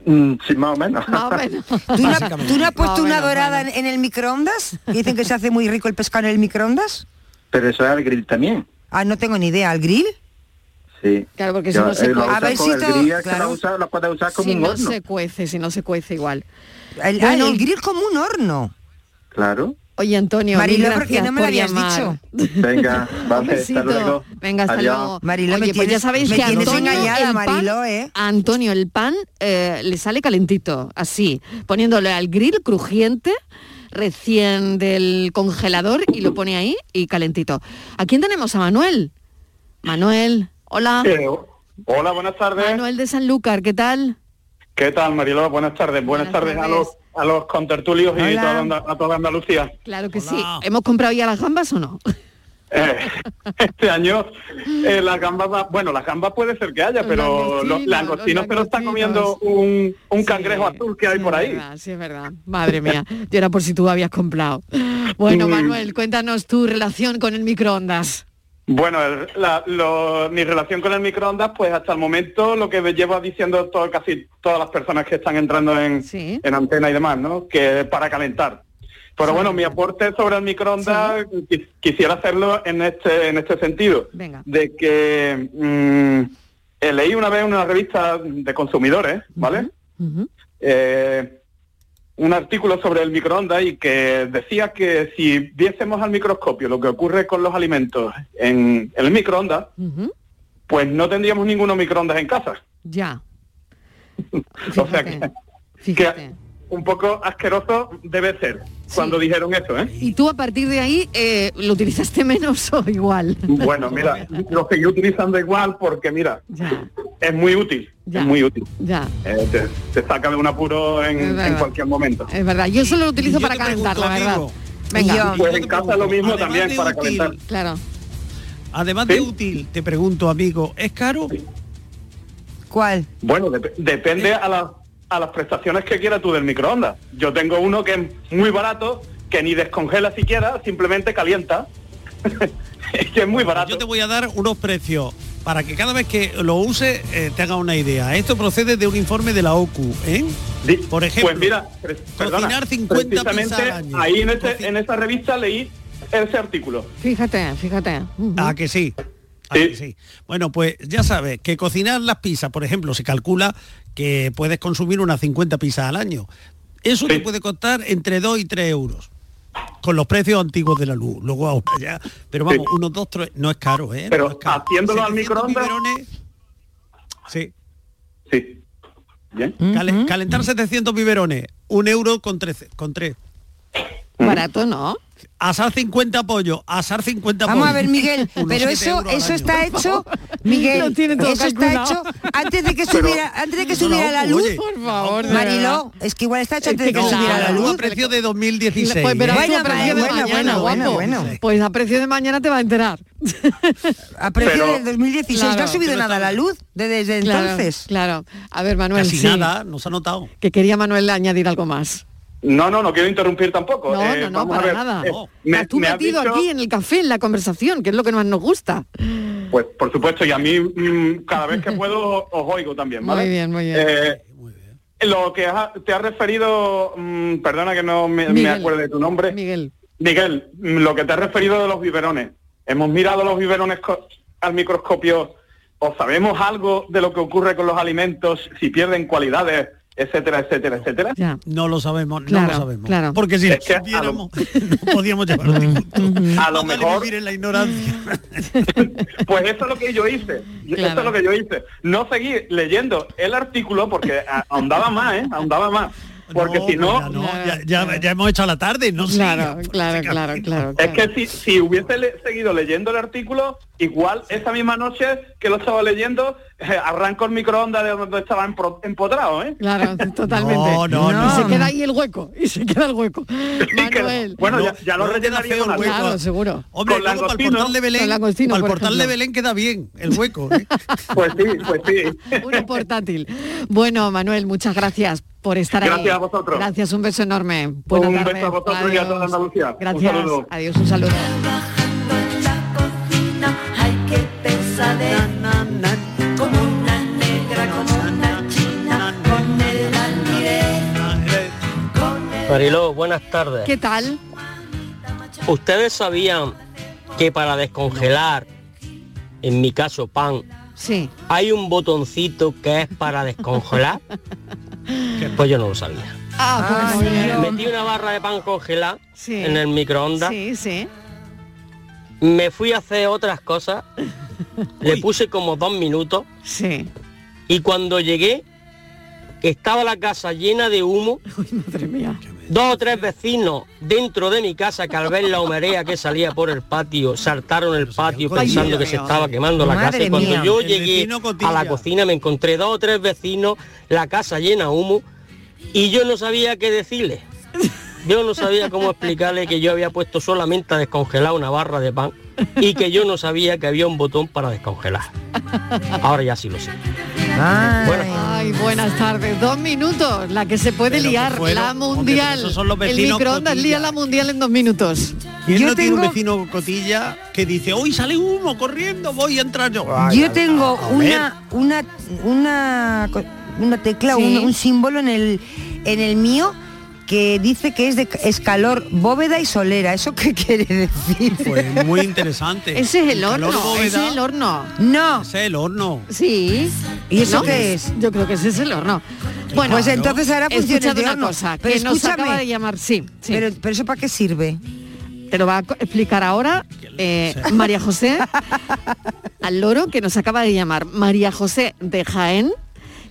Speaker 27: Mm, sí, más o menos.
Speaker 2: Más
Speaker 27: (laughs)
Speaker 17: (laughs)
Speaker 2: o menos.
Speaker 17: ¿Tú no, tú no has puesto
Speaker 2: Más o
Speaker 17: una
Speaker 2: menos,
Speaker 17: dorada
Speaker 2: vale.
Speaker 17: en, en el microondas? Que Dicen que se hace muy rico el pescado en el microondas.
Speaker 27: Pero eso es al grill también.
Speaker 17: Ah, no tengo ni idea. ¿Al grill?
Speaker 27: Sí.
Speaker 2: Claro, porque si
Speaker 27: Ya,
Speaker 2: no se
Speaker 27: eh, lo
Speaker 2: cuece.
Speaker 27: usas con el grill, es que
Speaker 2: claro.
Speaker 27: lo, usas- lo puedes usar como
Speaker 2: si
Speaker 27: un
Speaker 2: no
Speaker 27: horno.
Speaker 2: se cuece, si no se cuece igual.
Speaker 17: El, ah, el grill como un horno.
Speaker 27: Claro.
Speaker 2: Oye, Antonio, mil
Speaker 17: Mariló, ¿por qué
Speaker 2: gracias
Speaker 17: no me lo
Speaker 2: por
Speaker 17: habías
Speaker 2: llamar.
Speaker 17: dicho?
Speaker 27: Venga,
Speaker 2: (laughs) Un
Speaker 27: vale, hasta
Speaker 2: besito.
Speaker 27: luego.
Speaker 2: Venga, hasta
Speaker 27: Adiós.
Speaker 2: luego.
Speaker 17: Mariló, me
Speaker 2: Oye, pues ya
Speaker 17: tienes-
Speaker 2: sabéis
Speaker 17: me
Speaker 2: que
Speaker 17: tienes
Speaker 2: Antonio,
Speaker 17: engañada,
Speaker 2: el pan,
Speaker 17: Mariló, ¿eh?
Speaker 2: a Antonio el pan eh, le sale calentito, así, poniéndole al grill crujiente recién del congelador y lo pone ahí y calentito. ¿A quién tenemos? A Manuel. Manuel, hola.
Speaker 28: Eh, hola, buenas tardes.
Speaker 2: Manuel de Sanlúcar, ¿qué tal?
Speaker 28: ¿Qué tal, Mariló? Buenas tardes. Buenas, tardes, a los a los contertulios y
Speaker 2: Hola.
Speaker 28: toda Anda- a toda Andalucía.
Speaker 2: Claro que sí. ¿Hemos comprado ya las gambas o no? (laughs)
Speaker 28: Eh, este año eh, las gambas, va- bueno, las gambas puede ser que haya, pero
Speaker 2: langostinos,
Speaker 28: los langostinos,
Speaker 2: los
Speaker 28: se lo está comiendo un, un cangrejo azul que hay por ahí.
Speaker 2: Sí, es verdad. Madre mía, yo era por si tú habías comprado. Bueno,
Speaker 28: Mm.
Speaker 2: Manuel, cuéntanos tu relación con el microondas.
Speaker 28: Bueno, el- la- lo- mi relación con el microondas, pues hasta el momento lo que llevo diciendo todo, casi todas las personas que están entrando en, en antena y demás, ¿no? Que es para calentar. Pero bueno, mi aporte sobre el microondas qui- quisiera hacerlo en este, en este sentido,
Speaker 2: Venga.
Speaker 28: de que mm, eh, leí una vez en una revista de consumidores, ¿vale? Eh, un artículo sobre el microondas y que decía que si viésemos al microscopio lo que ocurre con los alimentos en, en el microondas, pues no tendríamos ninguno microondas en casa.
Speaker 2: Ya.
Speaker 28: o sea (laughs) que, que un poco asqueroso debe ser cuando dijeron eso, ¿eh?
Speaker 2: Y tú a partir de ahí eh, lo utilizaste (laughs) menos o igual. (laughs)
Speaker 28: Bueno, mira, lo seguí utilizando igual porque, mira,
Speaker 2: Ya,
Speaker 28: es muy útil,
Speaker 2: Ya.
Speaker 28: es muy útil.
Speaker 2: ya.
Speaker 28: Eh, te, te saca de un apuro en,
Speaker 2: Es
Speaker 28: en
Speaker 2: verdad.
Speaker 28: cualquier momento.
Speaker 2: Es verdad, yo solo lo utilizo para calentar, la verdad. Venga,
Speaker 28: Pues en casa lo mismo también para calentar.
Speaker 2: claro.
Speaker 16: Además de útil, te pregunto, amigo, ¿es caro?
Speaker 17: ¿Cuál?
Speaker 28: Bueno, dep- depende a, las- a las prestaciones que quieras tú del microondas. Yo tengo uno que es muy barato, que ni descongela siquiera, simplemente calienta. es que es muy barato.
Speaker 16: Yo te voy a dar unos precios para que cada vez que lo uses eh, te haga una idea. Esto procede de un informe de la OCU, ¿eh? Por ejemplo,
Speaker 28: Pues mira, pre- perdona,
Speaker 16: cocinar 50 pizzas al
Speaker 28: precisamente
Speaker 16: año.
Speaker 28: ahí en, ese- en esa revista leí ese artículo.
Speaker 2: Fíjate, fíjate. Mm,
Speaker 28: ¿Mm?
Speaker 2: Ujú.
Speaker 16: Ah, que sí. ¿A que sí? Bueno, pues ya sabes que cocinar las pizzas, por ejemplo, se calcula que puedes consumir unas 50 pizzas al año. Eso te puede costar entre 2 y 3 euros. Con los precios antiguos de la luz. Luego ahora ya. Pero vamos, unos 2, 3. No es caro, ¿eh?
Speaker 28: Pero
Speaker 16: No es caro.
Speaker 28: haciéndolo al
Speaker 16: 700
Speaker 28: microondas-
Speaker 16: biberones- Sí.
Speaker 28: Sí. Bien.
Speaker 16: Calen- calentar 700 biberones. Un euro con 13 con 3.
Speaker 28: ¿Mm?
Speaker 2: Barato, ¿no?
Speaker 16: Asar 50 pollos. Asar 50 pollos.
Speaker 17: Vamos a ver, Miguel,
Speaker 16: (laughs) Unos
Speaker 17: pero
Speaker 16: siete
Speaker 17: eso
Speaker 16: euros al
Speaker 17: eso
Speaker 16: año.
Speaker 17: está hecho, (laughs) Miguel,
Speaker 16: Lo tiene todo
Speaker 17: eso está hecho
Speaker 16: calculado.
Speaker 17: antes de que
Speaker 16: Pero-
Speaker 17: subiera, antes de que
Speaker 16: Pero la
Speaker 17: subiera la
Speaker 16: OCU,
Speaker 17: luz.
Speaker 16: oye, Por favor, de
Speaker 17: Mariló,
Speaker 16: verdad.
Speaker 17: es que igual está hecho antes de que
Speaker 16: No,
Speaker 17: subiera la
Speaker 16: luz
Speaker 17: luz.
Speaker 16: a precio de 2016.
Speaker 2: Pues verás tú a
Speaker 17: Bueno,
Speaker 2: precio de
Speaker 17: bueno,
Speaker 2: mañana,
Speaker 17: bueno, bueno,
Speaker 2: guapo.
Speaker 17: bueno.
Speaker 2: Pues a precio de mañana te va a enterar.
Speaker 17: A precio
Speaker 2: Pero-
Speaker 17: del 2016 no ha
Speaker 2: Claro,
Speaker 17: subido
Speaker 2: pero
Speaker 17: nada la luz de- desde
Speaker 2: Claro,
Speaker 17: entonces.
Speaker 2: Claro. A ver, Manuel.
Speaker 16: Casi
Speaker 2: sí,
Speaker 16: nada, no se ha notado.
Speaker 2: Que quería Manuel añadir algo más.
Speaker 28: No, no, no quiero interrumpir tampoco.
Speaker 2: No,
Speaker 28: Eh,
Speaker 2: no, no,
Speaker 28: vamos a
Speaker 2: para
Speaker 28: ver,
Speaker 2: nada.
Speaker 28: eh,
Speaker 2: Estás tú
Speaker 28: me has
Speaker 2: metido
Speaker 28: dicho-
Speaker 2: aquí en el café, en la conversación, que es lo que más nos gusta.
Speaker 28: Pues por supuesto, y a mí mm,
Speaker 2: (laughs)
Speaker 28: cada vez que puedo os oigo también, ¿vale?
Speaker 2: Muy bien, muy bien.
Speaker 28: Eh, Lo que ha- te has referido, mm, perdona que no me, me
Speaker 2: Miguel.
Speaker 28: acuerde de tu nombre.
Speaker 2: Miguel.
Speaker 28: Miguel, mm, lo que te has referido de los biberones. Hemos mirado los biberones co- al microscopio o sabemos algo de lo que ocurre con los alimentos, si pierden cualidades, etcétera, etcétera, etcétera.
Speaker 16: No lo sabemos, no lo
Speaker 28: Claro,
Speaker 16: sabemos.
Speaker 28: claro.
Speaker 16: Porque si
Speaker 28: Es
Speaker 16: lo
Speaker 28: que a lo-
Speaker 16: supiéramos, no podíamos llevarlo a ningún
Speaker 28: A lo
Speaker 16: Vale
Speaker 28: mejor
Speaker 16: vivir en la ignorancia.
Speaker 28: (laughs) Pues eso es lo que yo hice. Yo-
Speaker 16: Claro.
Speaker 28: Eso es lo que yo hice. No seguí leyendo el artículo porque a- ahondaba más, ¿eh? Ahondaba más. Porque si no...
Speaker 16: Ya, no, ya, ya- ya hemos hecho a la tarde, no sé.
Speaker 28: Claro,
Speaker 16: claro, claro,
Speaker 2: claro.
Speaker 28: Es que si, si hubiese le- seguido leyendo el artículo, igual esa misma noche que lo estaba leyendo, eh, arranco el microondas de donde estaba empro- empotrado, ¿eh? (laughs)
Speaker 2: Claro, totalmente.
Speaker 16: No, no,
Speaker 2: Y
Speaker 16: no.
Speaker 2: se queda ahí el hueco. Y se queda el
Speaker 28: (laughs)
Speaker 2: hueco. Manuel.
Speaker 28: Bueno, ya, ya lo
Speaker 16: no queda
Speaker 28: rellenaría
Speaker 16: feo el
Speaker 28: con algo.
Speaker 16: hueco.
Speaker 2: Claro, seguro.
Speaker 16: Hombre, luego
Speaker 28: Con
Speaker 16: para el
Speaker 28: langostino.
Speaker 16: portal de Belén,
Speaker 2: Con langostino,
Speaker 16: para el
Speaker 2: por
Speaker 16: portal de
Speaker 2: ejemplo.
Speaker 16: Belén queda bien el hueco. ¿eh?
Speaker 28: (laughs) Pues sí, pues sí.
Speaker 2: Uno portátil. Bueno, Manuel, muchas gracias por estar ahí.
Speaker 28: Gracias a vosotros.
Speaker 2: Gracias, un beso enorme. Buenas
Speaker 28: Un
Speaker 2: tardes.
Speaker 28: beso a vosotros y a toda
Speaker 2: Adiós.
Speaker 28: Andalucía. Un
Speaker 2: Gracias.
Speaker 28: saludo.
Speaker 2: Adiós, un saludo.
Speaker 4: Hay que pesadez Como una negra, como una china Con el almiré
Speaker 26: Mariló, buenas tardes.
Speaker 2: ¿Qué tal?
Speaker 26: ¿Ustedes sabían que para descongelar, en mi caso pan,
Speaker 2: Sí.
Speaker 26: hay un botoncito que es para
Speaker 2: (laughs)
Speaker 26: descongelar? pues yo no lo sabía.
Speaker 2: Ah, pues muy bien.
Speaker 26: Metí una barra de pan congelada
Speaker 2: Sí.
Speaker 26: en el microondas,
Speaker 2: Sí, sí.
Speaker 26: me fui a hacer otras
Speaker 2: (laughs)
Speaker 26: cosas, le puse como dos minutos
Speaker 2: Sí.
Speaker 26: y cuando llegué estaba la casa llena de humo.
Speaker 2: Madre mía.
Speaker 26: Dos o tres vecinos dentro de mi casa que al ver la humerea que salía por el patio saltaron el patio Ay, pensando Dios que se mío. estaba quemando la Madre casa y cuando mía. yo El llegué vecino a la cocina me encontré dos o tres vecinos, la casa llena de humo y yo no sabía qué decirles. Yo no sabía cómo explicarle que yo había puesto solamente a descongelar una barra de pan y que yo no sabía que había un botón para descongelar. Ahora ya sí lo sé.
Speaker 2: Ay, buenas tardes. Dos minutos, la que se puede
Speaker 26: Pero que
Speaker 2: liar,
Speaker 26: fueron,
Speaker 2: la
Speaker 26: hombre,
Speaker 2: mundial.
Speaker 26: esos son los
Speaker 2: el
Speaker 16: vecinos
Speaker 2: microondas
Speaker 16: cotilla.
Speaker 2: lía la mundial en dos minutos.
Speaker 16: ¿Quién
Speaker 2: Yo
Speaker 16: no tiene un
Speaker 2: tengo-
Speaker 16: vecino cotilla que dice, hoy sale humo corriendo, voy a entrar yo? Ay,
Speaker 17: Yo
Speaker 16: a-
Speaker 17: tengo
Speaker 16: a- a ver.
Speaker 17: una una una co- una tecla,
Speaker 2: Sí.
Speaker 17: un, un símbolo en el en el mío que dice que es de ca- es calor, bóveda y solera. ¿Eso qué (laughs) quiere decir?
Speaker 16: Pues muy
Speaker 2: (laughs)
Speaker 16: interesante.
Speaker 17: Ese es el
Speaker 16: Calor
Speaker 17: horno,
Speaker 16: bóveda.
Speaker 17: ese es el
Speaker 2: horno.
Speaker 17: No.
Speaker 16: Ese es el horno.
Speaker 2: Sí.
Speaker 17: ¿Y eso
Speaker 2: ¿No?
Speaker 17: qué es?
Speaker 2: Yo creo que ese es el horno. Bueno,
Speaker 17: pues entonces ahora
Speaker 2: he
Speaker 17: funciona
Speaker 2: escuchado
Speaker 17: de
Speaker 2: una
Speaker 17: horno.
Speaker 2: cosa,
Speaker 17: Pero
Speaker 2: que nos
Speaker 17: escúchame.
Speaker 2: acaba de llamar, sí, sí.
Speaker 17: Pero, pero eso para qué sirve?
Speaker 2: Te lo va a co- explicar ahora eh, María José al loro que nos acaba de llamar María José de Jaén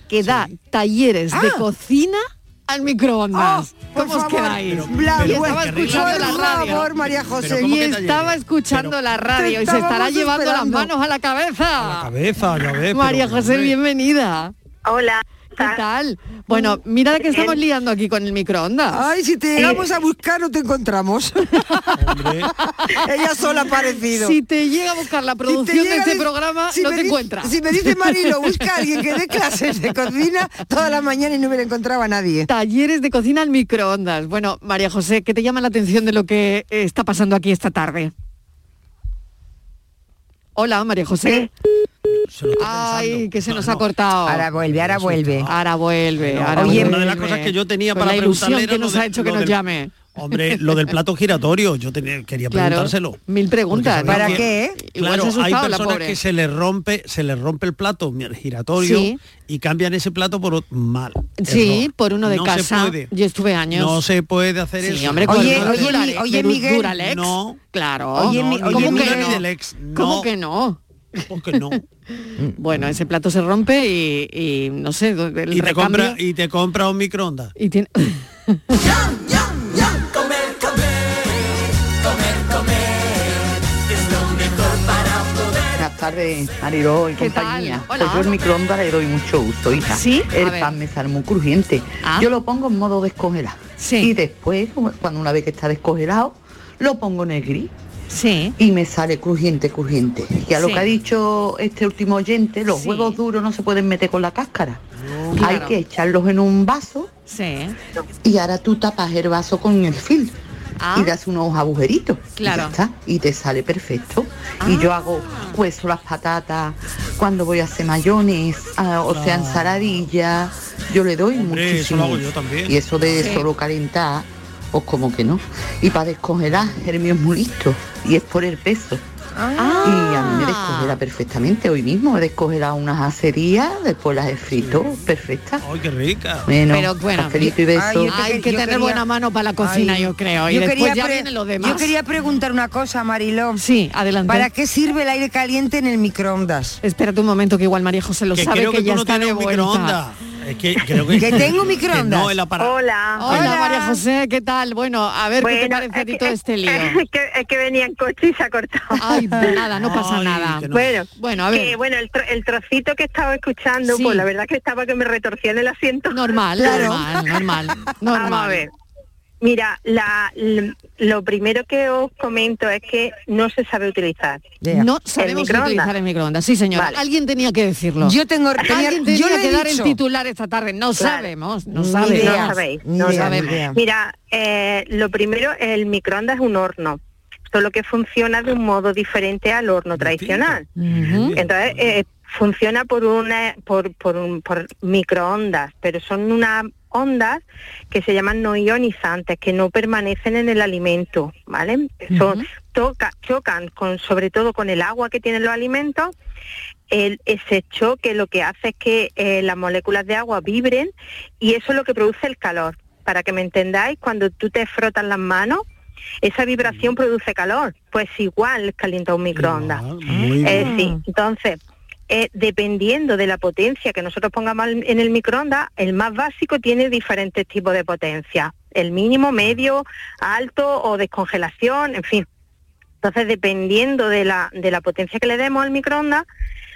Speaker 2: que da talleres de cocina al microondas.
Speaker 17: Ah. Por
Speaker 2: ¿Cómo os
Speaker 17: favor,
Speaker 2: quedáis?
Speaker 17: Bla-
Speaker 2: y
Speaker 17: bueno,
Speaker 2: estaba
Speaker 17: por
Speaker 2: escuchando la radio.
Speaker 17: favor, María José.
Speaker 2: y estaba escuchando la radio y se estará llevando las manos a la cabeza.
Speaker 16: Cabeza, ya ves,
Speaker 2: María
Speaker 16: Eh, pero,
Speaker 2: José,
Speaker 16: hombre,
Speaker 2: bienvenida.
Speaker 29: Hola.
Speaker 2: ¿Qué tal? Bueno, mira que estamos liando aquí con el microondas. Eh,
Speaker 17: Ay, si te llegamos a buscar no te encontramos.
Speaker 2: (laughs)
Speaker 17: Ella sola ha aparecido.
Speaker 2: Si te llega a buscar la producción de
Speaker 17: llega
Speaker 2: este
Speaker 17: de-
Speaker 2: programa,
Speaker 17: si
Speaker 2: no
Speaker 17: me
Speaker 2: te
Speaker 17: di-
Speaker 2: encuentras.
Speaker 17: Si me dice Marilo, busca a alguien que dé clases de cocina toda la mañana y no me lo encontraba nadie.
Speaker 2: Talleres de cocina al microondas. Bueno, María José, ¿qué te llama la atención de lo que eh, está pasando aquí esta tarde? Hola, María José. Ay, que se nos ha cortado.
Speaker 17: Ahora vuelve, ahora vuelve.
Speaker 2: Ahora vuelve, ahora
Speaker 16: Oye,
Speaker 2: vuelve.
Speaker 16: una de las cosas que yo tenía
Speaker 2: Con
Speaker 16: para
Speaker 2: la ilusión
Speaker 16: preguntarle era
Speaker 2: que
Speaker 16: lo
Speaker 2: nos
Speaker 16: de-
Speaker 2: ha hecho que
Speaker 16: lo
Speaker 2: nos
Speaker 16: del-
Speaker 2: llame.
Speaker 16: Hombre, lo del plato giratorio, yo tenía- quería
Speaker 2: Claro,
Speaker 16: preguntárselo.
Speaker 2: mil preguntas.
Speaker 16: Porque sabéis que-
Speaker 2: Igual
Speaker 16: Claro,
Speaker 2: se ha
Speaker 16: hay
Speaker 2: asustado la
Speaker 16: personas
Speaker 2: pobre.
Speaker 16: que se les rompe, se les rompe el plato giratorio
Speaker 2: Sí.
Speaker 16: y cambian ese plato por ot- mal.
Speaker 2: Sí,
Speaker 16: Error.
Speaker 2: por uno de
Speaker 16: No se
Speaker 2: casa.
Speaker 16: puede.
Speaker 2: Yo estuve años.
Speaker 16: No se puede hacer
Speaker 2: Sí,
Speaker 16: eso.
Speaker 2: hombre,
Speaker 16: Oye,
Speaker 2: con-
Speaker 16: oye,
Speaker 2: con-
Speaker 16: mi- oye,
Speaker 2: con-
Speaker 16: Miguel.
Speaker 2: Duralex.
Speaker 16: No.
Speaker 2: Claro.
Speaker 16: Oye, mi-
Speaker 2: ¿Cómo
Speaker 16: oye,
Speaker 2: que
Speaker 16: Miguel
Speaker 2: no?
Speaker 16: Duralex, no.
Speaker 2: ¿Cómo que no?
Speaker 29: Mm.
Speaker 2: Bueno, ese plato se rompe y, y no sé, el
Speaker 16: y te,
Speaker 2: recambio-
Speaker 16: compra, y te compra un microondas.
Speaker 2: y
Speaker 16: (laughs)
Speaker 2: tiene-
Speaker 4: Comer, comer, comer, es lo mejor para poder.
Speaker 3: Buenas tardes, Mariló y
Speaker 4: ¿Qué
Speaker 3: compañía.
Speaker 4: tal?
Speaker 3: Pues yo el microondas le doy mucho gusto, hija.
Speaker 4: ¿Sí? A
Speaker 3: El
Speaker 4: ver.
Speaker 3: pan me sale muy crujiente.
Speaker 2: Ah.
Speaker 3: Yo lo pongo en modo descongelar. Y después, cuando una vez que está descongelado, lo pongo en el gris.
Speaker 2: Sí.
Speaker 3: Y me sale crujiente, crujiente. Y a lo
Speaker 29: Sí.
Speaker 3: que ha dicho este último oyente, los
Speaker 29: Sí.
Speaker 3: huevos duros no se pueden meter con la cáscara. Hay
Speaker 29: Claro.
Speaker 3: que echarlos en un vaso. Y ahora tú tapas el vaso con el film. Y le haces unos agujeritos.
Speaker 29: Ah. Claro. Ah.
Speaker 3: Y, ya está, y te sale perfecto. Y yo hago cueso las patatas, cuando voy a hacer mayones, ah, o sea,
Speaker 29: Ah.
Speaker 3: ensaladilla. Yo le doy
Speaker 29: Hombre, eso lo
Speaker 3: muchísimo.
Speaker 29: hago yo también.
Speaker 3: Y eso de
Speaker 29: Sí.
Speaker 3: solo calentar, pues como que no. Y para descongelar, el mío es muy listo. Y es por el peso. Y a mí me descongela perfectamente. Hoy mismo he descongelado unas acerías, después las he frito, perfectas.
Speaker 16: ¡Ay, qué rica!
Speaker 3: Bueno,
Speaker 2: pero bueno,
Speaker 3: cafelito y beso.
Speaker 29: este
Speaker 2: hay que tener buena mano para la cocina,
Speaker 3: Ay,
Speaker 2: yo creo. Y
Speaker 3: yo
Speaker 2: después
Speaker 3: quería
Speaker 2: ya
Speaker 3: pre-
Speaker 2: vienen los demás.
Speaker 17: Yo
Speaker 2: (laughs)
Speaker 17: quería preguntar una cosa, Mariló.
Speaker 2: Sí, adelante.
Speaker 17: ¿Para qué sirve el aire caliente en el microondas?
Speaker 2: Espérate un momento que igual María José lo
Speaker 17: Que
Speaker 2: sabe
Speaker 17: creo
Speaker 2: que,
Speaker 17: que tú
Speaker 2: ya
Speaker 17: no
Speaker 2: está de
Speaker 17: tienes un
Speaker 2: vuelta.
Speaker 17: microondas.
Speaker 16: Es que creo
Speaker 17: (laughs)
Speaker 16: que...
Speaker 17: Que tengo un
Speaker 16: que
Speaker 17: microondas.
Speaker 16: no, el aparato.
Speaker 29: Hola.
Speaker 2: Hola, María José, ¿qué tal? Bueno, a ver qué te
Speaker 29: Bueno,
Speaker 2: parece a ti
Speaker 29: es
Speaker 2: todo
Speaker 29: que-
Speaker 2: este
Speaker 29: (laughs)
Speaker 2: lío.
Speaker 29: Es que, es que venía en Pues, coche y se ha cortado.
Speaker 2: Ay, nada, no pasa Ay, nada. que no.
Speaker 29: Bueno,
Speaker 2: bueno, a ver.
Speaker 29: que, eh, bueno el, tro- el trocito que estaba escuchando,
Speaker 2: Sí.
Speaker 29: pues la verdad que estaba que me retorcía en el asiento.
Speaker 2: Normal, normal, normal,
Speaker 29: (laughs) Vamos a
Speaker 2: normal.
Speaker 29: ver. Mira, la, l- lo primero que os comento es que no se sabe utilizar.
Speaker 2: No
Speaker 29: El
Speaker 2: sabemos
Speaker 29: microondas.
Speaker 2: utilizar el microondas, sí señora.
Speaker 29: Vale.
Speaker 2: Alguien tenía que decirlo.
Speaker 29: Yo tengo- tenía-
Speaker 2: Alguien
Speaker 29: yo
Speaker 2: tenía
Speaker 29: lo he
Speaker 2: que dar el
Speaker 29: dicho.
Speaker 2: titular esta tarde. No
Speaker 29: Claro.
Speaker 2: sabemos, no
Speaker 29: Ni
Speaker 2: sabemos.
Speaker 29: idea, No sabéis,
Speaker 2: no
Speaker 29: ni idea,
Speaker 2: sabemos.
Speaker 29: ni idea. Mira, eh, lo primero, el microondas es un horno, solo que funciona de un modo diferente al horno tradicional. Entonces, eh, funciona por una por, por, un- por microondas, pero son unas ondas que se llaman no ionizantes, que no permanecen en el alimento, ¿vale? Son, toca, chocan con, sobre todo con el agua que tienen los alimentos el, ese choque lo que hace es que eh, las moléculas de agua vibren y eso es lo que produce el calor. Para que me entendáis, cuando tú te frotas las manos, esa vibración produce calor. Pues igual calienta un microondas. Eh, sí, entonces, eh, dependiendo de la potencia que nosotros pongamos al- en el microondas, el más básico tiene diferentes tipos de potencia. El mínimo, medio, alto o descongelación, en fin. Entonces, dependiendo de la, de la potencia que le demos al microondas,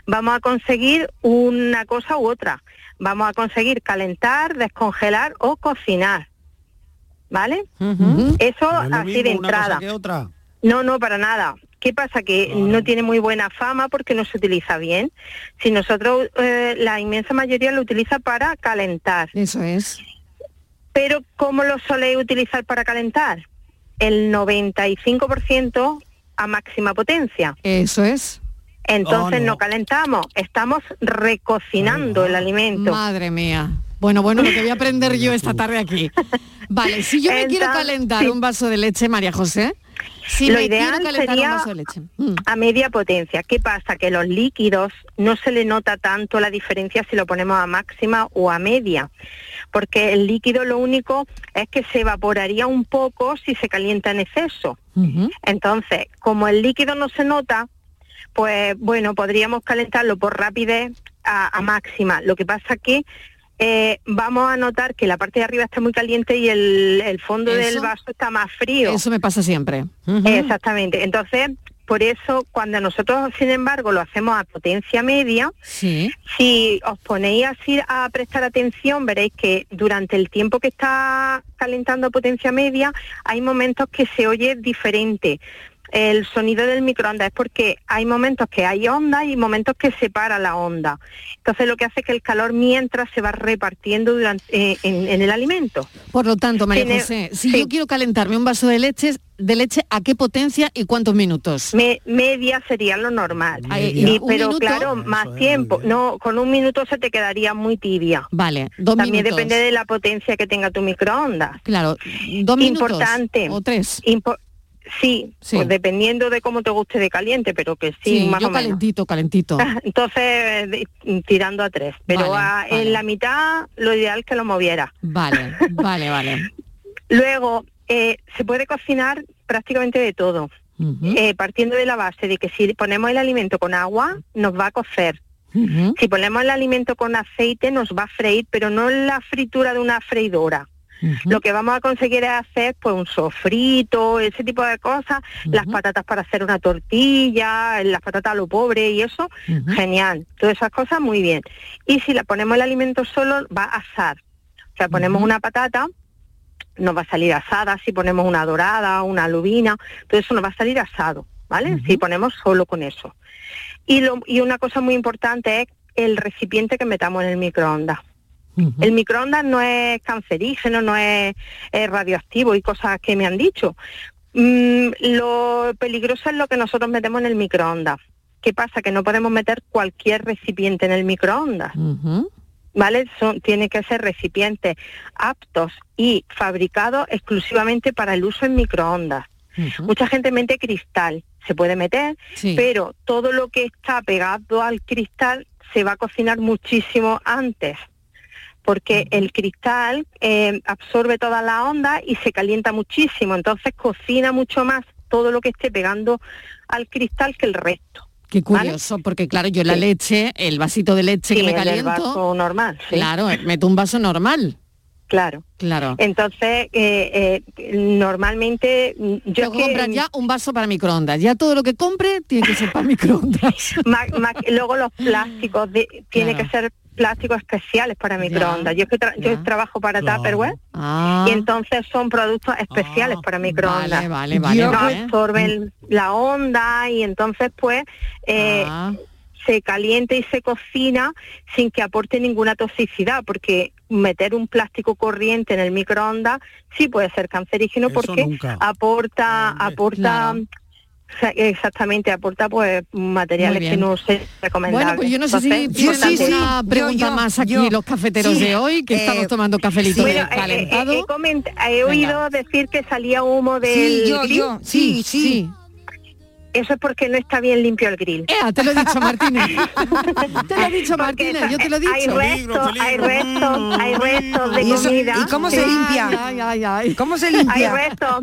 Speaker 29: vamos a conseguir una cosa u otra. Vamos a conseguir calentar, descongelar o cocinar. ¿Vale? Eso
Speaker 16: No Pues es lo
Speaker 29: así
Speaker 16: mismo
Speaker 29: de
Speaker 16: una cosa
Speaker 29: entrada.
Speaker 16: que otra.
Speaker 29: No, no, para nada. ¿Qué pasa? Que no tiene muy buena fama porque no se utiliza bien. Si nosotros, eh, la inmensa mayoría lo utiliza para calentar.
Speaker 2: Eso es.
Speaker 29: Pero ¿cómo lo soléis utilizar para calentar? El 95% a máxima potencia.
Speaker 2: Eso es.
Speaker 29: Entonces
Speaker 2: Oh, no.
Speaker 29: no. calentamos, estamos recocinando el alimento.
Speaker 2: Madre mía. Bueno, bueno, lo que voy a aprender yo esta tarde aquí. Vale, si yo me quiero
Speaker 29: (laughs) Entonces,
Speaker 2: calentar
Speaker 29: sí.
Speaker 2: un vaso de leche, María José, Sí,
Speaker 29: lo
Speaker 2: me quiero
Speaker 29: ideal
Speaker 2: calentar un
Speaker 29: sería
Speaker 2: vaso de leche. Mm.
Speaker 29: a media potencia. ¿Qué pasa? Que los líquidos no se le nota tanto la diferencia si lo ponemos a máxima o a media, porque el líquido lo único es que se evaporaría un poco si se calienta en exceso. Entonces, como el líquido no se nota, pues bueno, podríamos calentarlo por rapidez a, a máxima. Lo que pasa que eh, vamos a notar que la parte de arriba está muy caliente y el, el fondo del
Speaker 2: Eso-
Speaker 29: vaso está más frío.
Speaker 2: Eso me pasa siempre. Ujú.
Speaker 29: Exactamente. Entonces, por eso, cuando nosotros, sin embargo, lo hacemos a potencia media,
Speaker 2: Sí.
Speaker 29: si os ponéis así a prestar atención, veréis que durante el tiempo que está calentando a potencia media, hay momentos que se oye diferente. El sonido del microondas es porque hay momentos que hay onda y momentos que separa la onda. Entonces lo que hace es que el calor mientras se va repartiendo durante, eh, en, en el alimento.
Speaker 2: Por lo tanto, María
Speaker 29: Tiene-
Speaker 2: José, si yo quiero calentarme un vaso de leche, de leche, ¿a qué potencia y cuántos minutos?
Speaker 29: Me- eh, media sería lo normal.
Speaker 2: Media.
Speaker 29: Ni-
Speaker 2: ¿Un
Speaker 29: pero
Speaker 2: minuto?
Speaker 29: claro, más tiempo. No, con un minuto se te quedaría muy tibia.
Speaker 2: Vale, dos
Speaker 29: También
Speaker 2: minutos.
Speaker 29: depende de la potencia que tenga tu microondas.
Speaker 2: Claro, dos minutos
Speaker 29: Importante.
Speaker 2: o tres.
Speaker 29: Impo- sí,
Speaker 2: Sí.
Speaker 29: pues dependiendo de cómo te guste de caliente, pero que sí,
Speaker 2: Sí,
Speaker 29: más
Speaker 2: yo
Speaker 29: o menos.
Speaker 2: calentito,
Speaker 29: (laughs)
Speaker 2: calentito.
Speaker 29: Ah, Entonces, de- tirando a tres. Pero
Speaker 2: Vale,
Speaker 29: a- en la mitad, lo ideal es que lo moviera.
Speaker 2: Vale, vale, vale.
Speaker 29: Luego, eh, se puede cocinar prácticamente de todo, Eh, partiendo de la base de que si ponemos el alimento con agua, nos va a cocer. Si ponemos el alimento con aceite, nos va a freír, pero no la fritura de una freidora. Lo que vamos a conseguir es hacer pues un sofrito, ese tipo de cosas, las patatas para hacer una tortilla, las patatas a lo pobre y eso, genial. Todas esas cosas muy bien. Y si la ponemos el alimento solo, va a asar. O sea, ponemos una patata, nos va a salir asada, si ponemos una dorada, una lubina, todo eso nos va a salir asado, ¿vale? Si ponemos solo con eso. Y, lo- y una cosa muy importante es el recipiente que metamos en el microondas. El microondas no es cancerígeno, no es, es radioactivo y cosas que me han dicho. Mm, lo peligroso es lo que nosotros metemos en el microondas. ¿Qué pasa? Que no podemos meter cualquier recipiente en el microondas. ¿vale? Son, tienen que ser recipientes aptos y fabricados exclusivamente para el uso en microondas. Mucha gente mete cristal, se puede meter,
Speaker 30: Sí.
Speaker 29: pero todo lo que está pegado al cristal se va a cocinar muchísimo antes, porque el cristal eh, absorbe toda la onda y se calienta muchísimo, entonces cocina mucho más todo lo que esté pegando al cristal que el resto.
Speaker 2: Qué curioso, porque claro, yo la
Speaker 29: Sí.
Speaker 2: leche, el vasito de leche
Speaker 29: Sí,
Speaker 2: que me
Speaker 29: el del
Speaker 2: caliento,
Speaker 29: vaso normal. sí.
Speaker 2: claro, eh, meto un vaso normal.
Speaker 29: Claro.
Speaker 2: Claro.
Speaker 29: Entonces, eh, eh, normalmente mm, yo
Speaker 2: Tengo
Speaker 29: es
Speaker 2: que
Speaker 29: que-
Speaker 2: comprar ya un vaso para microondas. Ya todo lo que compre tiene que
Speaker 29: (laughs)
Speaker 2: ser para microondas.
Speaker 29: ma- ma- luego los plásticos de- tiene que ser plásticos especiales para microondas. Yo, es que tra- yo trabajo para Tupperware y entonces son productos especiales para microondas.
Speaker 2: Ah. vale, vale,
Speaker 29: no
Speaker 2: vale.
Speaker 29: absorben la onda y entonces pues eh,
Speaker 2: Ah.
Speaker 29: se calienta y se cocina sin que aporte ninguna toxicidad porque meter un plástico corriente en el microondas sí puede ser cancerígeno porque
Speaker 9: nunca.
Speaker 29: aporta aporta
Speaker 2: Claro.
Speaker 29: Exa- Exactamente, aporta pues materiales
Speaker 2: Muy bien.
Speaker 29: que no se recomendables.
Speaker 2: Bueno, pues yo no sé si
Speaker 29: Entonces,
Speaker 2: tienen
Speaker 29: importante.
Speaker 2: alguna pregunta más aquí los cafeteros
Speaker 29: Sí.
Speaker 2: de hoy, que
Speaker 29: Eh,
Speaker 2: estamos tomando cafelito
Speaker 29: bueno,
Speaker 2: de
Speaker 29: eh, eh,
Speaker 2: calentado.
Speaker 29: eh, he coment- he oído decir que salía humo del
Speaker 2: yo,
Speaker 29: grill.
Speaker 2: yo, sí, Sí, sí. sí.
Speaker 29: Eso es porque no está bien limpio el grill.
Speaker 2: te lo he dicho,
Speaker 29: (laughs)
Speaker 2: Martínez. te lo he dicho, Martínez, yo te lo he
Speaker 29: Hay
Speaker 2: dicho.
Speaker 29: restos, hay restos, hay restos de
Speaker 2: ¿Y eso-
Speaker 29: comida.
Speaker 2: y cómo se
Speaker 29: Sí.
Speaker 2: limpia? Ay, ay, ay. ¿Cómo se limpia?
Speaker 29: Hay restos.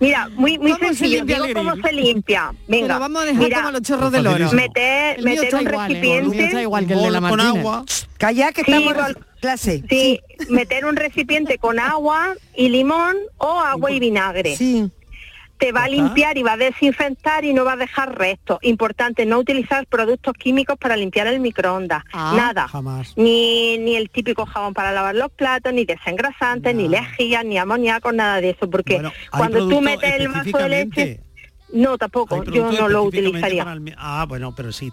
Speaker 29: Mira, muy, muy
Speaker 2: ¿Cómo se
Speaker 29: sencillo.
Speaker 2: limpia el
Speaker 29: Digo cómo
Speaker 2: grill?
Speaker 29: se limpia. Venga.
Speaker 2: Pero vamos a dejar
Speaker 29: mira,
Speaker 2: como los chorros del oro.
Speaker 29: Meter,
Speaker 2: El mío
Speaker 29: meter
Speaker 2: está
Speaker 29: un
Speaker 2: igual, ¿eh?
Speaker 29: recipiente.
Speaker 2: El mío está igual que el de la Con Martínez. agua.
Speaker 29: Calla que
Speaker 2: estamos
Speaker 29: en clase. Sí, meter un recipiente con agua y limón o agua y vinagre. Sí. Te va a limpiar y va a desinfectar y no va a dejar restos. Importante, no utilizar productos químicos para limpiar el microondas.
Speaker 31: Ah,
Speaker 29: Nada.
Speaker 31: jamás.
Speaker 29: Ni, ni el típico jabón para lavar los platos, ni desengrasantes, ni lejía, ni amoníaco, nada de eso. Porque
Speaker 16: Hay
Speaker 29: cuando tú
Speaker 16: productos
Speaker 29: metes el vaso de leche...
Speaker 16: específicamente-
Speaker 29: No,
Speaker 16: hay
Speaker 29: tampoco. Yo
Speaker 16: productos
Speaker 29: no lo
Speaker 16: específicamente
Speaker 29: utilizaría.
Speaker 16: para el mi- Ah, bueno, pero sí.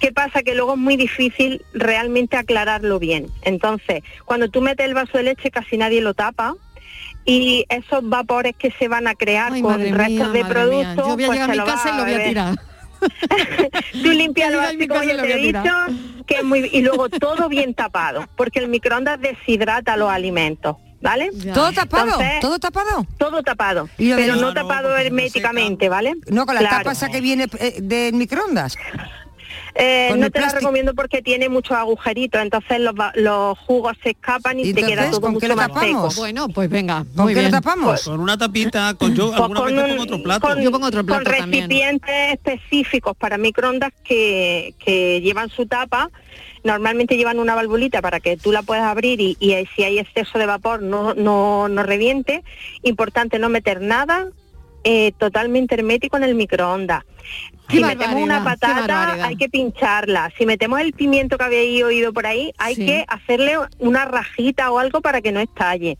Speaker 29: ¿Qué pasa? Que luego es muy difícil realmente aclararlo bien. Entonces, cuando tú metes el vaso de leche casi nadie lo tapa y esos vapores que se van a crear
Speaker 2: Ay,
Speaker 29: con
Speaker 2: madre
Speaker 29: restos
Speaker 2: mía,
Speaker 29: de
Speaker 2: madre mía.
Speaker 29: productos,
Speaker 2: Yo voy a
Speaker 29: pues
Speaker 2: llegar a
Speaker 29: se
Speaker 2: mi
Speaker 29: va
Speaker 2: casa y lo voy a
Speaker 29: beber.
Speaker 2: tirar.
Speaker 29: (laughs) Tú limpias el
Speaker 2: Yo llego a mi
Speaker 29: vaso, como
Speaker 2: casa y
Speaker 29: yo
Speaker 2: lo
Speaker 29: te he
Speaker 2: voy a
Speaker 29: dicho, que es muy y luego todo bien tapado, porque el microondas deshidrata los alimentos. ¿Vale?
Speaker 17: ¿Todo tapado?
Speaker 29: ¿Todo
Speaker 17: tapado?
Speaker 29: Todo tapado.
Speaker 17: Y lo de
Speaker 29: pero
Speaker 17: la-
Speaker 29: no,
Speaker 17: No, no,
Speaker 29: tapado herméticamente, ¿vale?
Speaker 17: No, con la
Speaker 29: Claro.
Speaker 17: tapa esa que viene eh, del microondas.
Speaker 29: Eh,
Speaker 17: con
Speaker 29: no
Speaker 17: el
Speaker 29: te la
Speaker 17: plástico.
Speaker 29: recomiendo porque tiene muchos agujeritos, entonces los, va- los jugos se escapan y, te queda todo mucho más seco.
Speaker 2: Bueno, pues venga.
Speaker 29: ¿Con
Speaker 2: muy
Speaker 29: qué lo
Speaker 2: bien.
Speaker 29: tapamos? Pues-
Speaker 16: con una tapita, con yo
Speaker 29: Pues
Speaker 16: alguna
Speaker 29: con
Speaker 16: vez
Speaker 29: un-
Speaker 16: pongo otro plato.
Speaker 29: Con,
Speaker 16: Yo pongo
Speaker 2: otro plato
Speaker 29: con
Speaker 2: también.
Speaker 29: recipientes específicos para microondas que, que llevan su tapa. Normalmente llevan una valvulita para que tú la puedas abrir y, y si hay exceso de vapor no, no, no reviente. Importante no meter nada eh, totalmente hermético en el microondas. Si
Speaker 30: Qué
Speaker 29: metemos una
Speaker 30: barbaridad, qué
Speaker 29: patata
Speaker 30: barbaridad.
Speaker 29: hay que pincharla. Si metemos el pimiento que habéis oído por ahí, hay
Speaker 30: Sí.
Speaker 29: que hacerle una rajita o algo para que no estalle.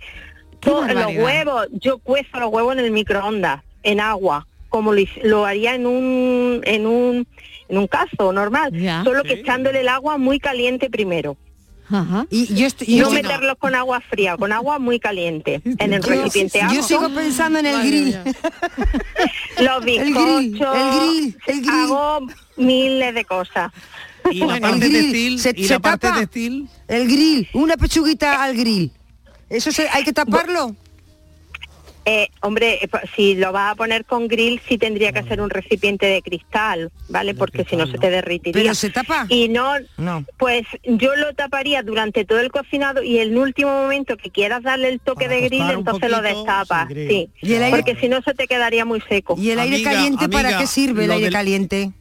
Speaker 29: To- los
Speaker 30: barbaridad.
Speaker 29: huevos, yo cuezo los huevos en el microondas, en agua, como lo, hice- lo haría en un en un en un caso normal, solo que echándole el agua muy caliente primero.
Speaker 17: Y yo estoy- yo
Speaker 29: no
Speaker 17: sigo-
Speaker 29: meterlos con agua fría, con agua muy caliente en el
Speaker 17: (laughs) Yo-
Speaker 29: recipiente
Speaker 17: yo
Speaker 29: agua.
Speaker 17: sigo pensando en el Madre grill.
Speaker 29: Los
Speaker 17: El grill,
Speaker 29: bizcochos,
Speaker 17: el grill,
Speaker 29: hago miles de cosas.
Speaker 2: (laughs)
Speaker 16: Y la parte textil, y la parte textil.
Speaker 17: El grill, una pechuguita al grill. Eso se- hay que taparlo.
Speaker 29: Eh, hombre, eh, pa- si lo vas a poner con grill, sí tendría que ser un recipiente de cristal, ¿vale? Porque si no se te derritiría.
Speaker 17: ¿Pero se tapa?
Speaker 29: Y no,
Speaker 17: No.
Speaker 29: pues yo lo taparía durante todo el cocinado y en el último momento que quieras darle el toque de grill, entonces lo destapas, sí.
Speaker 17: ¿Y el aire-
Speaker 29: Porque si no se te quedaría muy seco.
Speaker 17: ¿Y el aire caliente para qué sirve el aire caliente?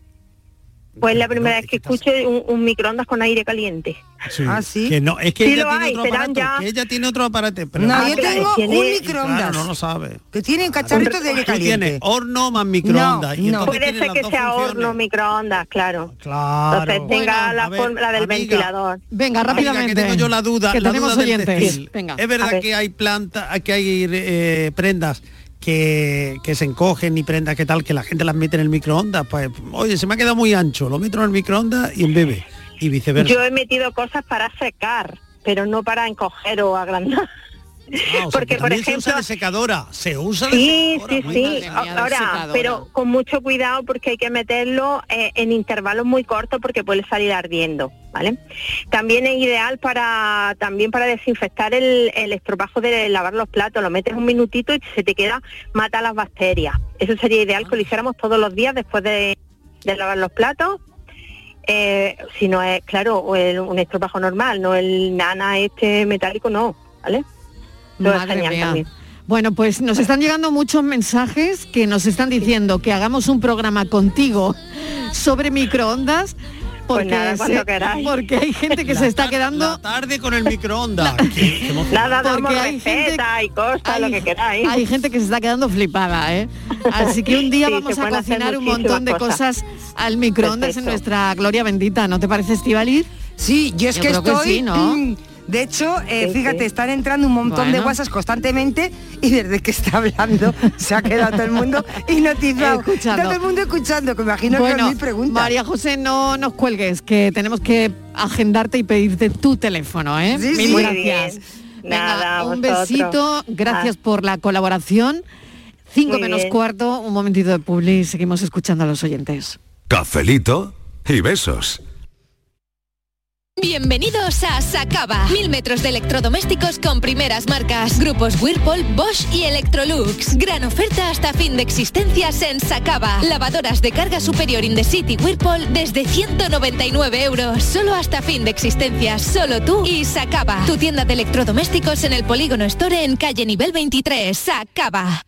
Speaker 29: Pues la primera vez que escucho un, un microondas con aire caliente.
Speaker 16: Sí.
Speaker 29: Ah, sí.
Speaker 16: Que no, es que
Speaker 29: Sí
Speaker 16: ella
Speaker 29: lo
Speaker 16: tiene
Speaker 29: hay,
Speaker 16: otro
Speaker 29: serán
Speaker 16: aparato.
Speaker 29: ya-
Speaker 16: que ella tiene otro aparato. Pero
Speaker 17: No,
Speaker 16: Ah,
Speaker 17: yo
Speaker 16: pero
Speaker 17: tengo
Speaker 16: tiene-
Speaker 17: un
Speaker 16: y
Speaker 17: microondas.
Speaker 16: Claro, no lo sabe.
Speaker 17: Que tienen cacharritos de aire
Speaker 16: Tú
Speaker 17: caliente.
Speaker 16: tienes horno más microondas. y
Speaker 17: no.
Speaker 16: entonces
Speaker 29: Puede
Speaker 16: tienes
Speaker 29: ser
Speaker 16: las
Speaker 29: que
Speaker 16: dos
Speaker 29: sea
Speaker 16: funciones.
Speaker 29: horno, microondas, claro.
Speaker 16: Claro.
Speaker 29: Entonces tenga
Speaker 16: Bueno, a
Speaker 29: la
Speaker 16: ver,
Speaker 29: fórmula del
Speaker 16: amiga,
Speaker 29: ventilador.
Speaker 2: Venga,
Speaker 16: Amiga, que tengo yo la duda, la duda del textil. Es
Speaker 29: A
Speaker 16: verdad
Speaker 29: ver.
Speaker 16: que hay plantas, que hay eh, prendas que, que se encogen y prendas que tal, que la gente las mete en el microondas. Pues, oye, se me ha quedado muy ancho, lo meto en el microondas y en bebé. Y viceversa.
Speaker 29: Yo he metido cosas para secar, pero no para encoger o agrandar.
Speaker 16: Ah, o sea,
Speaker 29: porque,
Speaker 16: que
Speaker 29: por
Speaker 16: también se usa
Speaker 29: ejemplo-
Speaker 16: de secadora, se usa de
Speaker 29: Sí,
Speaker 16: secadora.
Speaker 29: sí,
Speaker 16: muy
Speaker 29: sí.
Speaker 16: bien.
Speaker 29: Ahora, pero con mucho cuidado porque hay que meterlo eh, en intervalos muy cortos porque puede salir ardiendo, ¿vale? También es ideal para también para desinfectar el, el estropajo de lavar los platos. Lo metes un minutito y se te queda, mata las bacterias. Eso sería ideal que lo hiciéramos todos los días después de, de lavar los platos. Eh, si no es, claro, o el- un estropajo normal, no el nana este metálico, no, ¿vale? Todo es
Speaker 2: Madre
Speaker 29: genial
Speaker 2: mía.
Speaker 29: también.
Speaker 2: Bueno, pues nos están llegando muchos mensajes que nos están diciendo que hagamos un programa contigo sobre microondas.
Speaker 29: Pues nada, cuando
Speaker 2: se-
Speaker 29: queráis.
Speaker 2: porque hay gente que
Speaker 16: La
Speaker 2: se
Speaker 29: (laughs)
Speaker 2: está
Speaker 16: tar-
Speaker 2: quedando
Speaker 16: la tarde con
Speaker 2: (laughs)
Speaker 16: el microondas.
Speaker 29: Nada, damos
Speaker 2: porque hay gente,
Speaker 29: receta y cosas, lo que queráis.
Speaker 2: hay gente que se está quedando flipada,
Speaker 29: (laughs)
Speaker 2: ¿eh? Así que un día
Speaker 29: Sí,
Speaker 2: vamos
Speaker 29: se
Speaker 2: a
Speaker 29: pueden hacer
Speaker 2: cocinar un
Speaker 29: muchísimas
Speaker 2: montón de
Speaker 29: cosas.
Speaker 2: cosas al microondas
Speaker 17: Perfecto.
Speaker 2: en nuestra gloria bendita, ¿no te parece, Estivaliz?
Speaker 17: Sí, yo es que
Speaker 2: creo
Speaker 17: estoy.
Speaker 2: sí, ¿no? (laughs)
Speaker 17: mm, De hecho, eh,
Speaker 2: Sí,
Speaker 17: fíjate,
Speaker 2: sí.
Speaker 17: están entrando un montón de
Speaker 2: Bueno.
Speaker 17: guasas constantemente y desde que está hablando se ha quedado todo el
Speaker 2: (laughs)
Speaker 17: mundo hipnotizado.
Speaker 2: Eh, Escuchando.
Speaker 17: Todo el mundo escuchando, que imagino que
Speaker 2: Bueno,
Speaker 17: no preguntas.
Speaker 2: María José, no nos cuelgues, que tenemos que agendarte y pedirte tu teléfono, ¿eh?
Speaker 17: Sí,
Speaker 2: Mil
Speaker 17: sí.
Speaker 2: gracias. Venga,
Speaker 29: Nada,
Speaker 2: un
Speaker 29: vosotros. Ah.
Speaker 2: besito, gracias por la colaboración. Cinco
Speaker 29: Muy
Speaker 2: menos
Speaker 29: bien.
Speaker 2: cuarto, un momentito de publi, seguimos escuchando a los oyentes.
Speaker 1: Cafelito y besos.
Speaker 9: Bienvenidos a Sacaba. Mil metros de electrodomésticos con primeras marcas. Grupos Whirlpool, Bosch y Electrolux. Gran oferta hasta fin de existencias en Sacaba. Lavadoras de carga superior in the city Whirlpool desde 199 euros. Solo hasta fin de existencias. Solo tú y Sacaba. Tu tienda de electrodomésticos en el Polígono Store en calle nivel 23. Sacaba.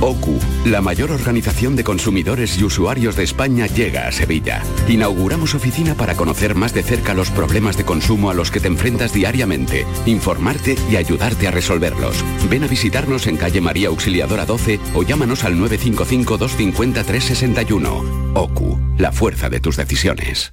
Speaker 31: OCU, la mayor organización de consumidores y usuarios de España, llega a Sevilla. Inauguramos oficina para conocer más de cerca los problemas de consumo a los que te enfrentas diariamente, informarte y ayudarte a resolverlos. Ven a visitarnos en calle María Auxiliadora 12 o llámanos al 955-250-361. OCU, la fuerza de tus decisiones.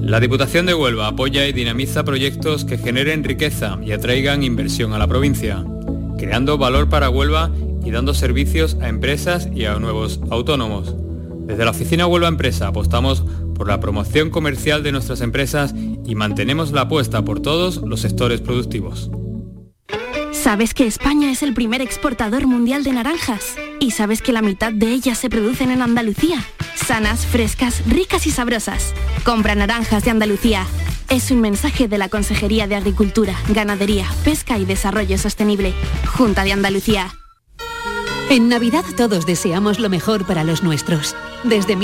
Speaker 32: La Diputación de Huelva apoya y dinamiza proyectos que generen riqueza y atraigan inversión a la provincia, creando valor para Huelva y dando servicios a empresas y a nuevos autónomos. Desde la oficina Huelva Empresa apostamos por la promoción comercial de nuestras empresas y mantenemos la apuesta por todos los sectores productivos.
Speaker 9: ¿Sabes que España es el primer exportador mundial de naranjas? ¿Y sabes que la mitad de ellas se producen en Andalucía? Sanas, frescas, ricas y sabrosas. Compra naranjas de Andalucía. Es un mensaje de la Consejería de Agricultura, Ganadería, Pesca y Desarrollo Sostenible. Junta de Andalucía.
Speaker 33: En Navidad todos deseamos lo mejor para los nuestros. Desde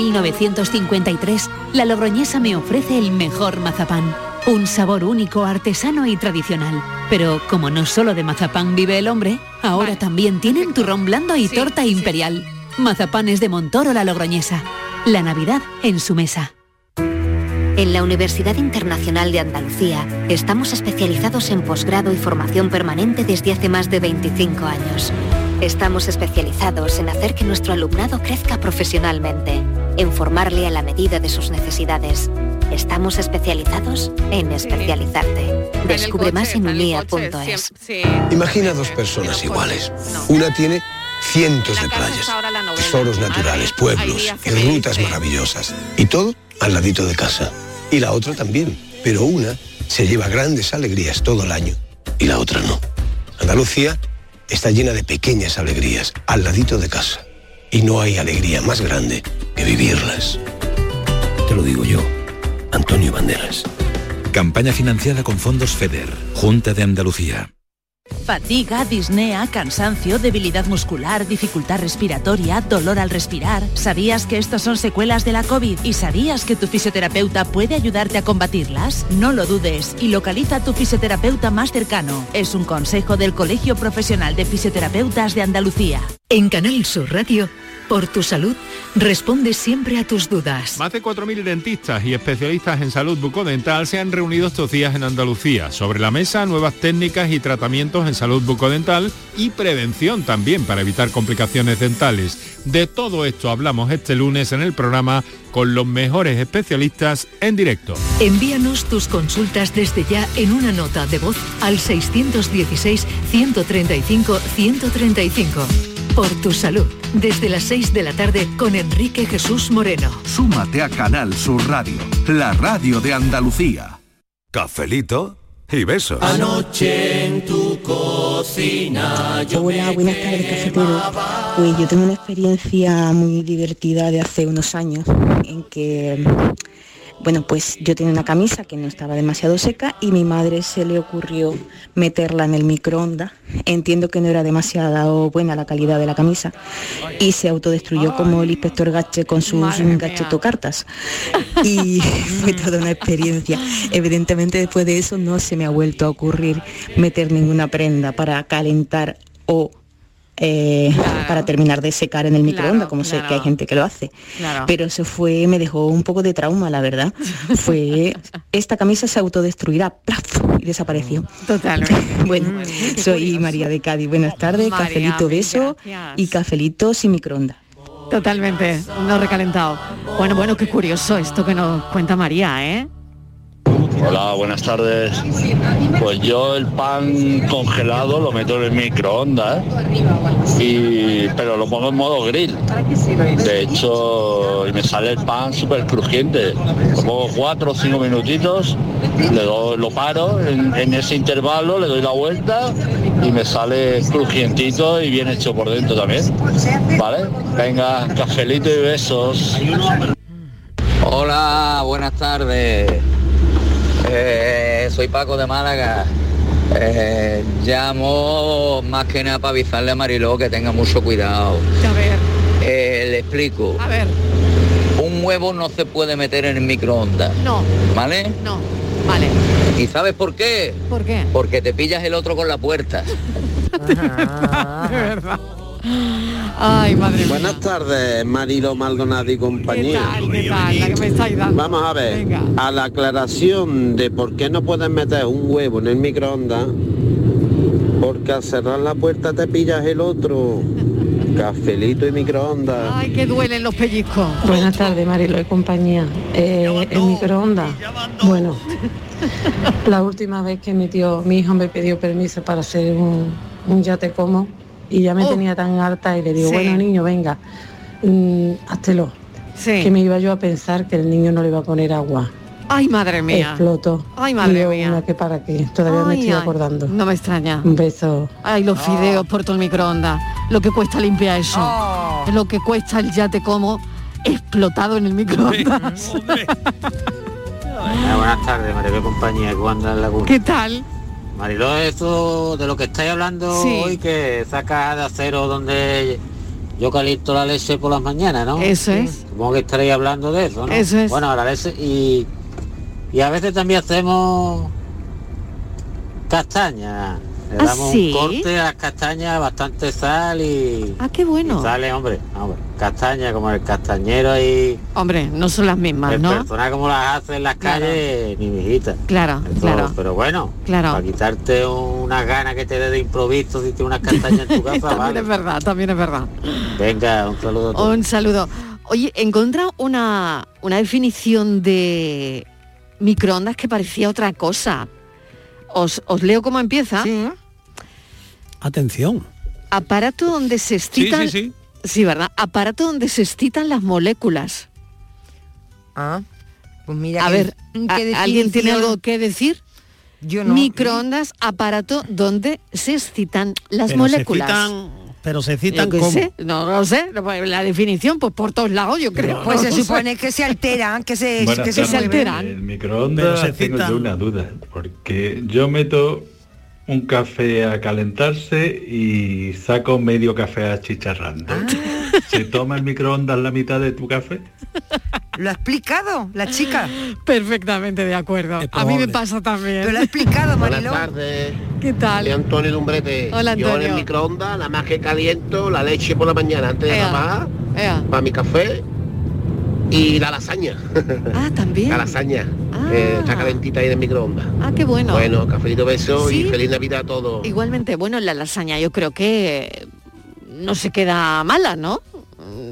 Speaker 33: 1953, la Logroñesa me ofrece el mejor mazapán. Un sabor único, artesano y tradicional. Pero como no solo de mazapán vive el hombre, ahora también tienen turrón blando y torta imperial. Mazapanes de Montoro la Logroñesa. La Navidad en su mesa.
Speaker 20: En la Universidad Internacional de Andalucía estamos especializados en posgrado y formación permanente desde hace más de 25 años. Estamos especializados en hacer que nuestro alumnado crezca profesionalmente, en formarle a la medida de sus necesidades. Estamos especializados en especializarte. Descubre más en unia.es.
Speaker 8: Imagina dos personas iguales. Una tiene cientos de playas, tesoros naturales, pueblos y rutas maravillosas. Y todo al ladito de casa. Y la otra también. Pero una se lleva grandes alegrías todo el año y la otra no. Andalucía está llena de pequeñas alegrías al ladito de casa. Y no hay alegría más grande que vivirlas. Te lo digo yo, Antonio Banderas.
Speaker 34: Campaña financiada con fondos FEDER, Junta de Andalucía.
Speaker 35: Fatiga, disnea, cansancio, debilidad muscular, dificultad respiratoria, dolor al respirar. ¿Sabías que estas son secuelas de la COVID y sabías que tu fisioterapeuta puede ayudarte a combatirlas? No lo dudes y localiza a tu fisioterapeuta más cercano. Es un consejo del Colegio Profesional de Fisioterapeutas de Andalucía.
Speaker 36: En Canal Sur Radio, por tu salud, responde siempre a tus dudas.
Speaker 37: Más de 4.000 dentistas y especialistas en salud bucodental se han reunido estos días en Andalucía. Sobre la mesa, nuevas técnicas y tratamientos en salud bucodental y prevención también para evitar complicaciones dentales. De todo esto hablamos este lunes en el programa con los mejores especialistas en directo.
Speaker 36: Envíanos tus consultas desde ya en una nota de voz al 616-135-135 por tu salud. Desde las 6 de la tarde con Enrique Jesús Moreno.
Speaker 34: Súmate a Canal Sur Radio, la radio de Andalucía.
Speaker 38: Cafelito y besos.
Speaker 39: Anoche en tu cocina yo
Speaker 40: Hola, buenas tardes, cafetero. Pues yo tengo una experiencia muy divertida de hace unos años en que... Bueno, pues yo tenía una camisa que no estaba demasiado seca y mi madre se le ocurrió meterla en el microondas. Entiendo que no era demasiado buena la calidad de la camisa y se autodestruyó como el inspector Gache con sus gachetocartas. Y (laughs) fue toda una experiencia. Evidentemente después de eso no se me ha vuelto a ocurrir meter ninguna prenda para calentar o eh, claro. para terminar de secar en el microondas,
Speaker 41: Claro,
Speaker 40: como sé
Speaker 41: claro.
Speaker 40: que hay gente que lo hace.
Speaker 41: Claro.
Speaker 40: Pero eso fue, me dejó un poco de trauma, la
Speaker 2: (laughs)
Speaker 40: verdad. Fue, esta camisa se autodestruirá, ¡plaf! y desapareció.
Speaker 2: Totalmente.
Speaker 40: (laughs) bueno, soy María de Cádiz. Buenas tardes,
Speaker 2: María,
Speaker 40: cafelito
Speaker 2: mil
Speaker 40: beso
Speaker 2: gracias.
Speaker 40: y cafelito sin microondas.
Speaker 2: Totalmente, no recalentado. Bueno, bueno, qué curioso esto que nos cuenta María, ¿eh?
Speaker 18: Hola, buenas tardes. Pues yo el pan congelado lo meto en el microondas y pero lo pongo en modo grill. De hecho, y me sale el pan súper crujiente. Lo pongo cuatro o cinco minutitos, le doy- lo paro, en, en ese intervalo le doy la vuelta y me sale crujientito y bien hecho por dentro también. ¿Vale? Venga, cafelito y besos.
Speaker 42: Hola, Ah, buenas tardes. Eh, soy Paco de Málaga. Eh, llamo más que nada para avisarle a Mariló que tenga mucho cuidado.
Speaker 2: A ver,
Speaker 42: Eh, le explico.
Speaker 2: a ver,
Speaker 42: Un huevo no se puede meter en el microondas.
Speaker 2: no,
Speaker 42: ¿Vale?
Speaker 2: no, vale.
Speaker 42: ¿Y sabes por qué?
Speaker 2: ¿Por qué?
Speaker 42: Porque te pillas el otro con la puerta.
Speaker 2: De verdad. Ay, madre mía.
Speaker 43: Buenas tardes, Marilo Maldonado y compañía.
Speaker 2: ¿Qué tal? La que me estáis dando.
Speaker 43: Vamos a ver, a la aclaración de por qué no pueden meter un huevo en el microondas, Porque al cerrar la puerta te pillas el otro. Cafelito y microondas.
Speaker 2: Ay, que duelen los pellizcos.
Speaker 33: Buenas tardes, Marilo y compañía. Eh, el microondas. Bueno, la última vez que mi tío, mi hijo me pidió permiso para hacer un, un ya te como y ya me
Speaker 2: Oh.
Speaker 33: tenía tan harta y le digo,
Speaker 2: Sí.
Speaker 33: bueno niño, venga, mm, háztelo.
Speaker 2: Sí.
Speaker 33: Que me iba yo a pensar que el niño no le iba a poner agua.
Speaker 2: Ay, madre mía.
Speaker 33: Explotó.
Speaker 2: Ay, madre
Speaker 33: mía. que para qué, todavía me
Speaker 2: Ay,
Speaker 33: estoy
Speaker 2: ay,
Speaker 33: acordando.
Speaker 2: No me extraña.
Speaker 33: Un beso.
Speaker 2: Ay, los fideos por todo el microondas. Lo que cuesta limpiar eso.
Speaker 22: Oh.
Speaker 2: Lo que cuesta el ya te como explotado en el microondas.
Speaker 22: Hola, buenas tardes, Mariló y compañía, ¿cómo anda la laguna?
Speaker 2: ¿Qué (laughs) tal?
Speaker 22: Mariló, eso de lo que estáis hablando
Speaker 2: Sí.
Speaker 22: hoy, que saca de acero donde yo caliento la leche por las mañanas, ¿no?
Speaker 2: Eso es.
Speaker 22: Supongo que estaréis hablando de eso, ¿no?
Speaker 2: Eso es.
Speaker 22: Bueno, la leche y, y a veces también hacemos castaña. Le
Speaker 2: ¿Ah,
Speaker 22: damos
Speaker 2: sí?
Speaker 22: un corte a las castañas, bastante sal y...
Speaker 2: Ah, qué bueno.
Speaker 22: y sale, hombre, hombre, castaña como el castañero y...
Speaker 2: Hombre, no son las mismas,
Speaker 22: El
Speaker 2: Ah, ¿no?
Speaker 22: personal como las hace en las
Speaker 2: Claro.
Speaker 22: calles, ni mi hijita.
Speaker 2: Claro,
Speaker 22: Eso,
Speaker 2: claro.
Speaker 22: Pero bueno,
Speaker 2: Claro.
Speaker 22: para quitarte unas ganas que te dé de improviso si tienes unas castañas
Speaker 2: (laughs)
Speaker 22: en tu casa,
Speaker 2: También
Speaker 22: vale.
Speaker 2: es verdad, también es verdad.
Speaker 22: Venga, un saludo a todos.
Speaker 2: Un saludo. Oye, encontra una, una definición de microondas que parecía otra cosa. Os, os leo cómo empieza.
Speaker 22: Atención.
Speaker 2: Aparato donde se excitan...
Speaker 22: sí, sí.
Speaker 2: Sí, ¿verdad? Aparato donde se excitan las moléculas.
Speaker 17: Ah, pues mira.
Speaker 2: A
Speaker 17: qué-
Speaker 2: ver,
Speaker 17: qué
Speaker 2: ¿a- ¿alguien tiene
Speaker 17: definición.
Speaker 2: algo que decir?
Speaker 17: Yo no.
Speaker 2: Microondas, aparato donde se excitan
Speaker 17: Pero
Speaker 2: las
Speaker 17: se
Speaker 2: moléculas.
Speaker 17: excitan-
Speaker 22: pero se
Speaker 2: Yo qué sé, no lo sé, no, pues, la definición, pues por todos lados, yo creo.
Speaker 17: Pues se
Speaker 2: no lo sé.
Speaker 17: supone que se alteran, que se,
Speaker 44: Buenas
Speaker 17: que se
Speaker 44: tardes.
Speaker 17: alteran.
Speaker 44: El
Speaker 17: Pero
Speaker 44: microondas
Speaker 17: se
Speaker 44: tengo
Speaker 17: citan.
Speaker 44: yo una duda, porque yo meto un café a calentarse y saco medio café a chicharrando.
Speaker 17: Ah.
Speaker 44: ¿Se toma el microondas la mitad de tu café?
Speaker 17: ¿Lo ha explicado la chica?
Speaker 2: Perfectamente de acuerdo. A mí me pasa también.
Speaker 17: Pero lo ha explicado,
Speaker 2: Buenas
Speaker 17: Mariló.
Speaker 2: tardes. ¿Qué tal?
Speaker 45: Soy Antonio Dumbrete.
Speaker 2: Hola,
Speaker 45: Yo en
Speaker 2: Antonio.
Speaker 45: el microondas, nada más que caliento la leche por la mañana antes de
Speaker 2: Ea.
Speaker 45: trabajar,
Speaker 2: Ea.
Speaker 45: para mi café y la lasaña.
Speaker 2: Ah,
Speaker 45: (laughs)
Speaker 2: también.
Speaker 45: La lasaña. eh, está calentita ahí en el microondas.
Speaker 2: Ah, qué bueno.
Speaker 45: Bueno, cafelito beso
Speaker 2: Sí.
Speaker 45: y feliz Navidad a todos.
Speaker 2: Igualmente, bueno, la lasaña yo creo que eh, no se queda mala, ¿no?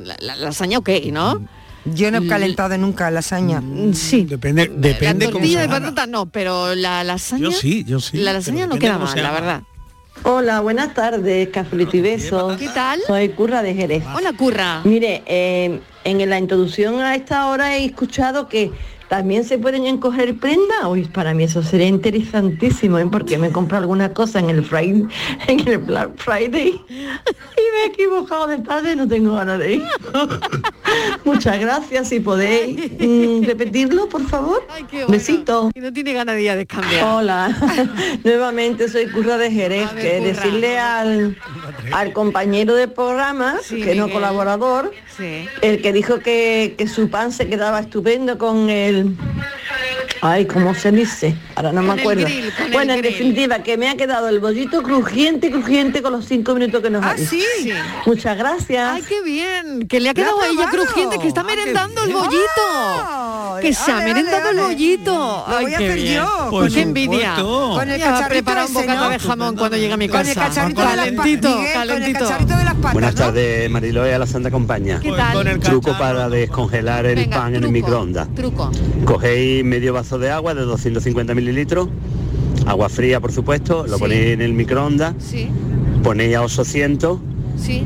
Speaker 2: La, la lasaña ok, ¿no?
Speaker 17: Yo no he calentado nunca lasaña.
Speaker 2: Mm, Sí.
Speaker 17: Depende,
Speaker 2: la tortilla de patata no, pero la lasaña...
Speaker 17: Yo sí, yo sí,
Speaker 2: La
Speaker 17: pero
Speaker 2: lasaña no
Speaker 17: depende
Speaker 2: queda
Speaker 17: cómo
Speaker 2: mal,
Speaker 17: se
Speaker 2: la
Speaker 17: haga.
Speaker 2: verdad.
Speaker 44: Hola, buenas tardes, cafelito y besos. ¿Qué
Speaker 2: tal?
Speaker 44: Soy Curra de Jerez.
Speaker 2: Hola, Curra.
Speaker 44: Mire, eh, en la introducción a esta hora he escuchado que también se pueden encoger prendas. Uy, para mí eso sería interesantísimo, ¿eh? porque me compré alguna cosa en el, Friday, en el Black Friday y me he equivocado de tarde, no tengo ganas de ir. (laughs) Muchas gracias, si podéis mm, repetirlo, por favor. Besito.
Speaker 2: Y no tiene ganas de ir a descambiar. (laughs)
Speaker 44: Hola, nuevamente soy Curra de Jerez.
Speaker 2: ver,
Speaker 44: que
Speaker 2: Curra.
Speaker 44: decirle al, al compañero de programa, que no
Speaker 2: Miguel.
Speaker 44: colaborador,
Speaker 2: Sí.
Speaker 44: el que dijo que, que su pan se quedaba estupendo con el... Ay, ¿cómo se dice? Ahora no
Speaker 2: Con el
Speaker 44: me acuerdo.
Speaker 2: grill, con el
Speaker 44: bueno, en
Speaker 2: grill.
Speaker 44: definitiva, que me ha quedado el bollito crujiente, crujiente con los cinco minutos que nos
Speaker 2: Ah,
Speaker 44: habéis.
Speaker 2: sí. Sí.
Speaker 44: Muchas gracias.
Speaker 2: Ay, qué bien, que le ha Ah, quedado a ella crujiente, que está merendando el bollito. que se ha
Speaker 17: ole,
Speaker 2: merendado el bollito.
Speaker 17: Lo
Speaker 2: Ay,
Speaker 17: voy a
Speaker 2: qué
Speaker 17: hacer
Speaker 2: bien.
Speaker 17: yo.
Speaker 2: Pues qué envidia.
Speaker 17: Con el
Speaker 2: Ya
Speaker 17: cacharrito
Speaker 2: prepara un
Speaker 17: ese,
Speaker 2: bocata
Speaker 17: ¿no?
Speaker 2: de jamón cuando llegue a mi
Speaker 17: Con
Speaker 2: casa.
Speaker 17: el cacharrito de las patas,
Speaker 2: calentito,
Speaker 17: Miguel, con el
Speaker 2: calentito.
Speaker 17: cacharrito de las patas,
Speaker 46: Buenas
Speaker 17: ¿no?
Speaker 46: tardes, Mariló y a la Santa Compañía.
Speaker 2: ¿Qué tal? Con el
Speaker 46: truco para descongelar el
Speaker 2: Venga,
Speaker 46: pan en el
Speaker 2: truco,
Speaker 46: microondas.
Speaker 2: Truco.
Speaker 46: Cogéis medio vaso de agua de 250 mililitros, agua fría por supuesto, lo
Speaker 2: Sí.
Speaker 46: ponéis en el microondas,
Speaker 2: Sí,
Speaker 46: ponéis a 800,
Speaker 2: sí.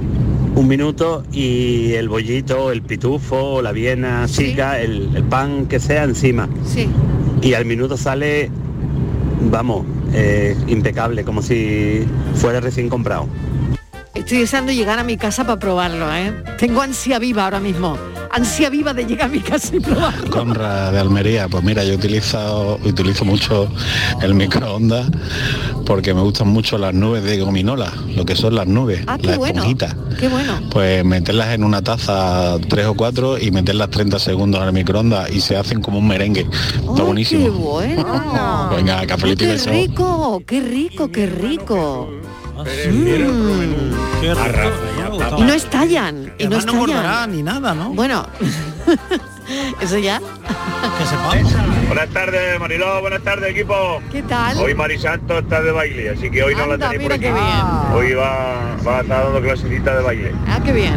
Speaker 46: un minuto y el bollito, el pitufo, la viena chica, el, el pan que sea encima.
Speaker 2: Sí.
Speaker 46: Y al minuto sale, vamos, eh, impecable, como si fuera recién comprado.
Speaker 2: Estoy deseando llegar a mi casa para probarlo, ¿eh? Tengo ansia viva ahora mismo. Ansia viva de llegar a mi casa y probarlo.
Speaker 45: Conra de Almería, pues mira, yo utilizo, utilizo mucho el microondas porque me gustan mucho las nubes de gominola, lo que son las nubes,
Speaker 2: Ah, qué
Speaker 45: las
Speaker 2: bueno.
Speaker 45: esponjitas.
Speaker 2: Qué bueno.
Speaker 45: Pues meterlas en una taza tres o cuatro y meterlas 30 segundos en el microondas y se hacen como un merengue. Está buenísimo.
Speaker 2: Qué bueno.
Speaker 45: Venga, cafelito y
Speaker 2: qué
Speaker 45: besos.
Speaker 2: rico, qué rico, qué rico. Mm.
Speaker 46: Qué rico.
Speaker 2: Y no estallan. Y no
Speaker 46: Además no engordará
Speaker 2: estallan.
Speaker 46: ni nada, ¿no?
Speaker 2: Bueno, (laughs) eso ya.
Speaker 46: Que sepamos.
Speaker 47: Buenas tardes, Mariló, buenas tardes, equipo.
Speaker 2: ¿Qué tal?
Speaker 47: Hoy Mari Santos está de baile, así que hoy no la
Speaker 2: Anda,
Speaker 47: tenéis
Speaker 2: mira
Speaker 47: por aquí.
Speaker 2: qué bien.
Speaker 47: Hoy va, va a estar dando clasecita de baile.
Speaker 2: Ah, qué bien.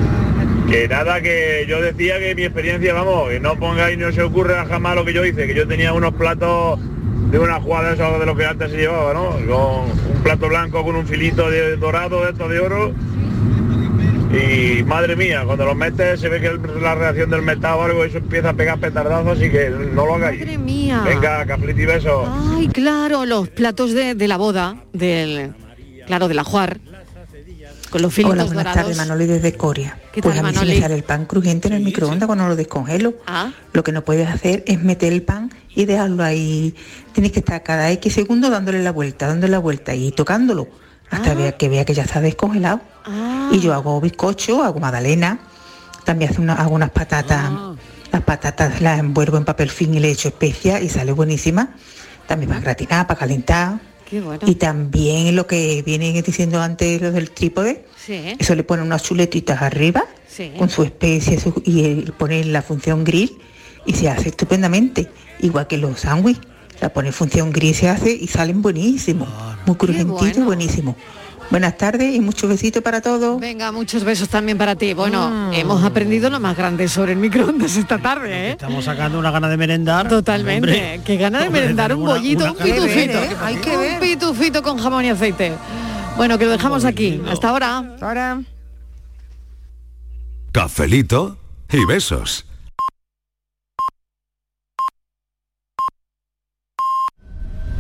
Speaker 47: Que nada, que yo decía que mi experiencia, vamos, que no pongáis, no se ocurra jamás lo que yo hice, que yo tenía unos platos de una jugada eso de lo que antes se llevaba, ¿no? Con un plato blanco con un filito de dorado, de esto de oro. Y madre mía, cuando los metes se ve que el- la reacción del metal o algo, eso empieza a pegar petardazos, así que no lo hagáis.
Speaker 2: Madre mía.
Speaker 47: Venga, cafelito y besos.
Speaker 2: Ay, claro, los platos de, de la boda, del, claro, del ajuar, con los filitos
Speaker 48: Hola, buenas
Speaker 2: dorados.
Speaker 48: tardes, Manoli desde Coria.
Speaker 2: ¿Qué
Speaker 48: pues
Speaker 2: tal,
Speaker 48: a mí se
Speaker 2: Manoli?
Speaker 48: me sale el pan crujiente en el microondas cuando lo descongelo.
Speaker 2: Ah,
Speaker 48: Lo que no puedes hacer es meter el pan y dejarlo ahí. Tienes que estar cada X segundos dándole la vuelta, dándole la vuelta y tocándolo
Speaker 2: Ah.
Speaker 48: hasta vea- que vea que ya está descongelado. Y yo hago bizcocho, hago magdalena, también hace una- hago unas patatas.
Speaker 2: Ah.
Speaker 48: Las patatas las envuelvo en papel fin y le echo especias y sale buenísima. También para gratinar, para calentar.
Speaker 2: qué bueno.
Speaker 48: Y también lo que vienen diciendo antes los del trípode,
Speaker 2: Sí,
Speaker 48: eso le ponen unas chuletitas arriba
Speaker 2: sí.
Speaker 48: con su especie su- y el- pone la función grill y se hace estupendamente, igual que los sándwiches. La pone función grill, se hace y salen buenísimos,
Speaker 2: Ah,
Speaker 48: muy crujentitos y buenísimos. Buenas tardes y muchos besitos para todos.
Speaker 2: Venga, muchos besos también para ti. Bueno, hemos aprendido lo más grande sobre el microondas esta tarde, ¿eh?
Speaker 16: Estamos sacando una gana de merendar.
Speaker 2: Totalmente. Qué gana de merendar un bollito, un pitufito. Hay que ver. Un pitufito con jamón y aceite. Bueno, que lo dejamos aquí. Hasta ahora. Hasta ahora.
Speaker 8: Cafelito y besos.